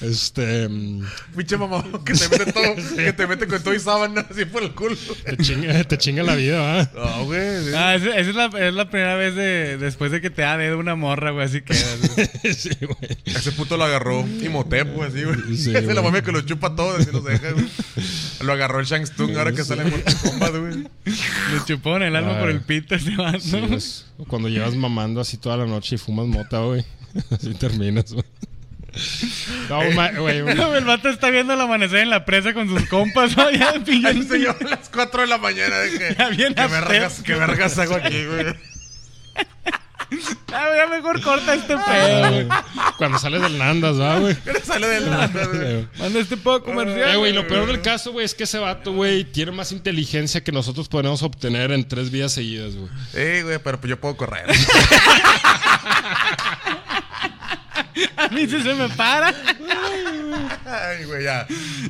B: Este. mm,
C: Pinche mamá que te mete todo, que te mete con todo y sábana así por el culo.
B: Te chinga, te chinga la vida, ¿va?
C: No, güey.
D: Ah, esa esa es la, es la primera vez de, después de que te da dedo una morra, güey, así que...
B: Sí, güey.
C: Ese puto lo agarró Imhotep, güey, así, güey.
B: Sí,
C: Ese es la
B: güey.
C: mami que lo chupa todo, así los deja, güey. Lo agarró el Shang Tsung ahora que
B: Sí.
C: sale en Mortal Kombat, güey.
D: Le chupó en el alma
B: Ay.
D: por el pito ese vato.
B: Sí, es cuando llevas mamando así toda la noche y fumas mota, güey. Así terminas, güey. Eh. No, ma- güey. güey.
D: el vato está viendo el amanecer en la presa con sus compas, ¿no? Ya, pinche-
C: Ahí se llevó a las 4 de la mañana. Dije,
D: Ya bien
C: ¿qué vergas,
D: afresco.
C: qué vergas hago aquí, güey?
D: Ah, ya mejor corta este
B: Ah,
D: pedo,
B: güey.
D: güey.
B: Cuando sales del Nandas, ¿va, güey?
C: Sale del nada, güey.
D: Manda este poco comercial.
B: Eh, güey, lo peor del caso, güey, es que ese vato, güey, tiene más inteligencia que nosotros podemos obtener en tres vidas seguidas, güey.
C: Eh, güey, pero pues yo puedo correr.
D: A mí sí se me para.
C: Ay, güey, ya.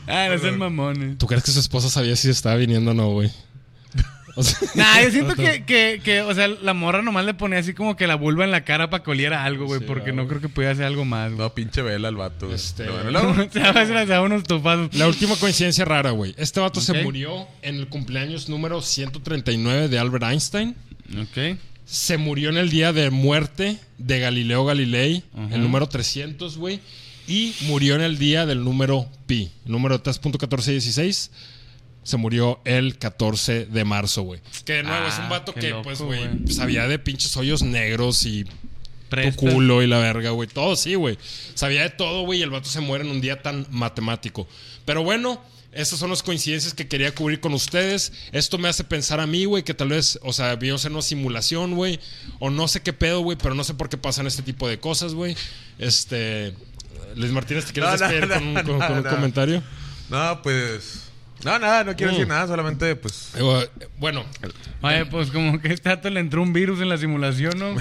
D: Ah, no sean mamones.
B: ¿Tú crees que su esposa sabía si estaba viniendo o no, güey? O sea,
D: Nah, yo siento que, que, que, o sea, la morra nomás le ponía así como que la vulva en la cara para que oliera algo, güey,
B: Sí,
D: porque
B: ah,
D: no
B: güey.
D: creo que pudiera hacer algo más, güey.
C: No, pinche vela al vato. güey.
B: Este-
C: Pero bueno, luego-
D: Se va a hacer- se va a unos topazos.
B: La última coincidencia rara, güey. Este vato
D: Ok.
B: se murió en el cumpleaños número 139 de Albert Einstein.
D: Ok.
B: Se murió en el día de muerte de Galileo Galilei,
D: Ajá.
B: el número 300, güey. Y murió en el día del número pi, número 3.1416. Se murió el 14 de marzo, güey. Que de nuevo
D: Ah,
B: es un vato
D: qué
B: que,
D: loco,
B: pues, güey,
D: güey.
B: sabía de pinches hoyos negros y tu
D: Presta.
B: culo y la verga, güey. Todo sí, güey. Sabía de todo, güey, y el vato se muere en un día tan matemático. Pero bueno, estas son las coincidencias que quería cubrir con ustedes. Esto me hace pensar a mí, güey, que tal vez, o sea, vio ser una simulación, güey, o no sé qué pedo, güey, pero no sé por qué pasan este tipo de cosas, güey. Este. Luis Martínez, ¿te quieres
C: No, no,
B: despedir
C: no,
B: con, un- con-
C: no,
B: con un
C: no.
B: comentario?
C: No, pues. No, nada, no quiero
B: Mm.
C: decir nada, solamente pues.
B: Eh, Bueno,
D: Oye, pues como que este dato le entró un virus en la simulación, ¿no?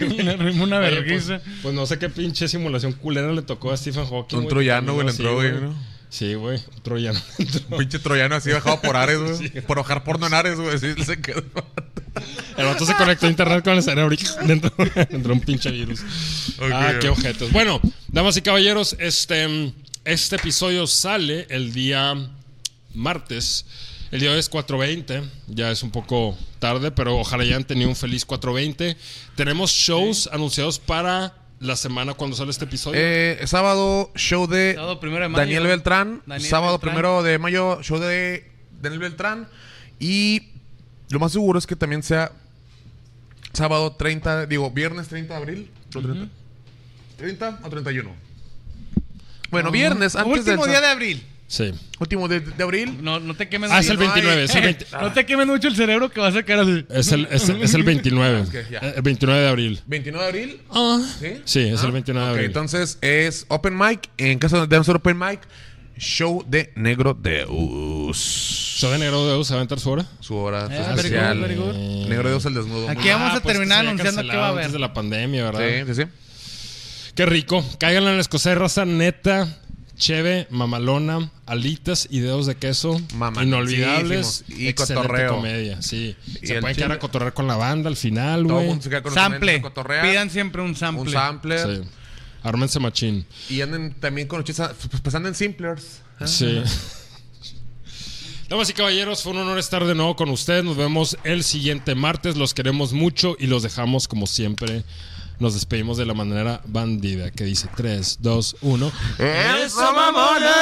D: Le arrimó una
B: oye,
D: vergüenza.
B: pues, pues no sé qué pinche simulación culera le tocó a Stephen Hawking.
C: Un
B: güey,
C: troyano, güey, le
B: sí,
C: entró, güey, ¿no?
B: Sí, güey, un troyano le entró.
C: Un pinche troyano así bajado por Ares, güey. Por ojar porno en Ares, güey. Así se quedó.
B: El vato se conectó a internet con el cerebro y dentro, dentro un pinche virus. ah,
C: Ok.
B: qué objetos. Bueno, damas y caballeros, este, mm, este episodio sale el día martes. El día de hoy es 4.20, ya es un poco tarde, pero ojalá hayan tenido un feliz 4.20. Tenemos shows anunciados para la semana cuando sale este episodio.
E: Eh, sábado, show de,
D: Sábado primero de mayo.
E: Daniel Beltrán.
D: Daniel
E: sábado
D: Beltrán.
E: primero de mayo, show de Daniel Beltrán. Y lo más seguro es que también sea sábado 30, digo, viernes 30 de abril. ¿O 30? ¿30 o 31? Bueno, viernes, antes
D: Ah, Último
E: del
D: día
E: sa-
D: de abril.
B: sí.
E: último de, de abril.
D: No, no te quemes
B: Ah, es el
D: mucho.
B: 29, es el 20
D: No te quemes mucho el cerebro que vas a sacar así.
B: Es el, es el- es el 29.
E: que ya.
B: El 29 de abril.
E: 29 de abril.
D: Ah.
B: ¿Sí?
C: Ah,
B: es el 29 de
E: Ok,
B: abril.
E: entonces es Open Mic. En caso de no ser Open Mic, show de Negro Deus.
B: ¿Show de Negro Deus se va a aventar su hora?
E: Su hora
D: Eh,
E: social.
D: very good, very good.
E: Negro Deus el desnudo.
D: Aquí
C: Ah, pues,
D: vamos a terminar anunciando qué va a haber.
B: Desde la pandemia, ¿verdad?
E: Sí, sí, sí.
B: Qué rico. Cáiganle en la escocés, raza neta. Cheve, mamalona, alitas y dedos de queso.
C: Mamalísimos.
B: Inolvidables.
C: Y
B: Excelente
C: cotorreo.
B: comedia, sí.
C: Y
B: se
C: el
B: pueden quedar
C: chile-
B: a cotorrear con la banda al final,
C: Todo el
B: güey.
C: mundo se queda con los momentos
D: Sample.
C: de cotorrear,
D: Pidan siempre un sample.
C: un sampler.
B: Sí. Ármense machín.
C: Y anden también con los chistes, pues, pues anden simplers.
B: Sí. Damas y caballeros, fue un honor estar de nuevo con ustedes. Nos vemos el siguiente martes. Los queremos mucho y los dejamos como siempre. Nos despedimos de la manera
C: ¿Eh?
B: bandida que dice 3, 2, 1.
C: ¡Eso, mamones!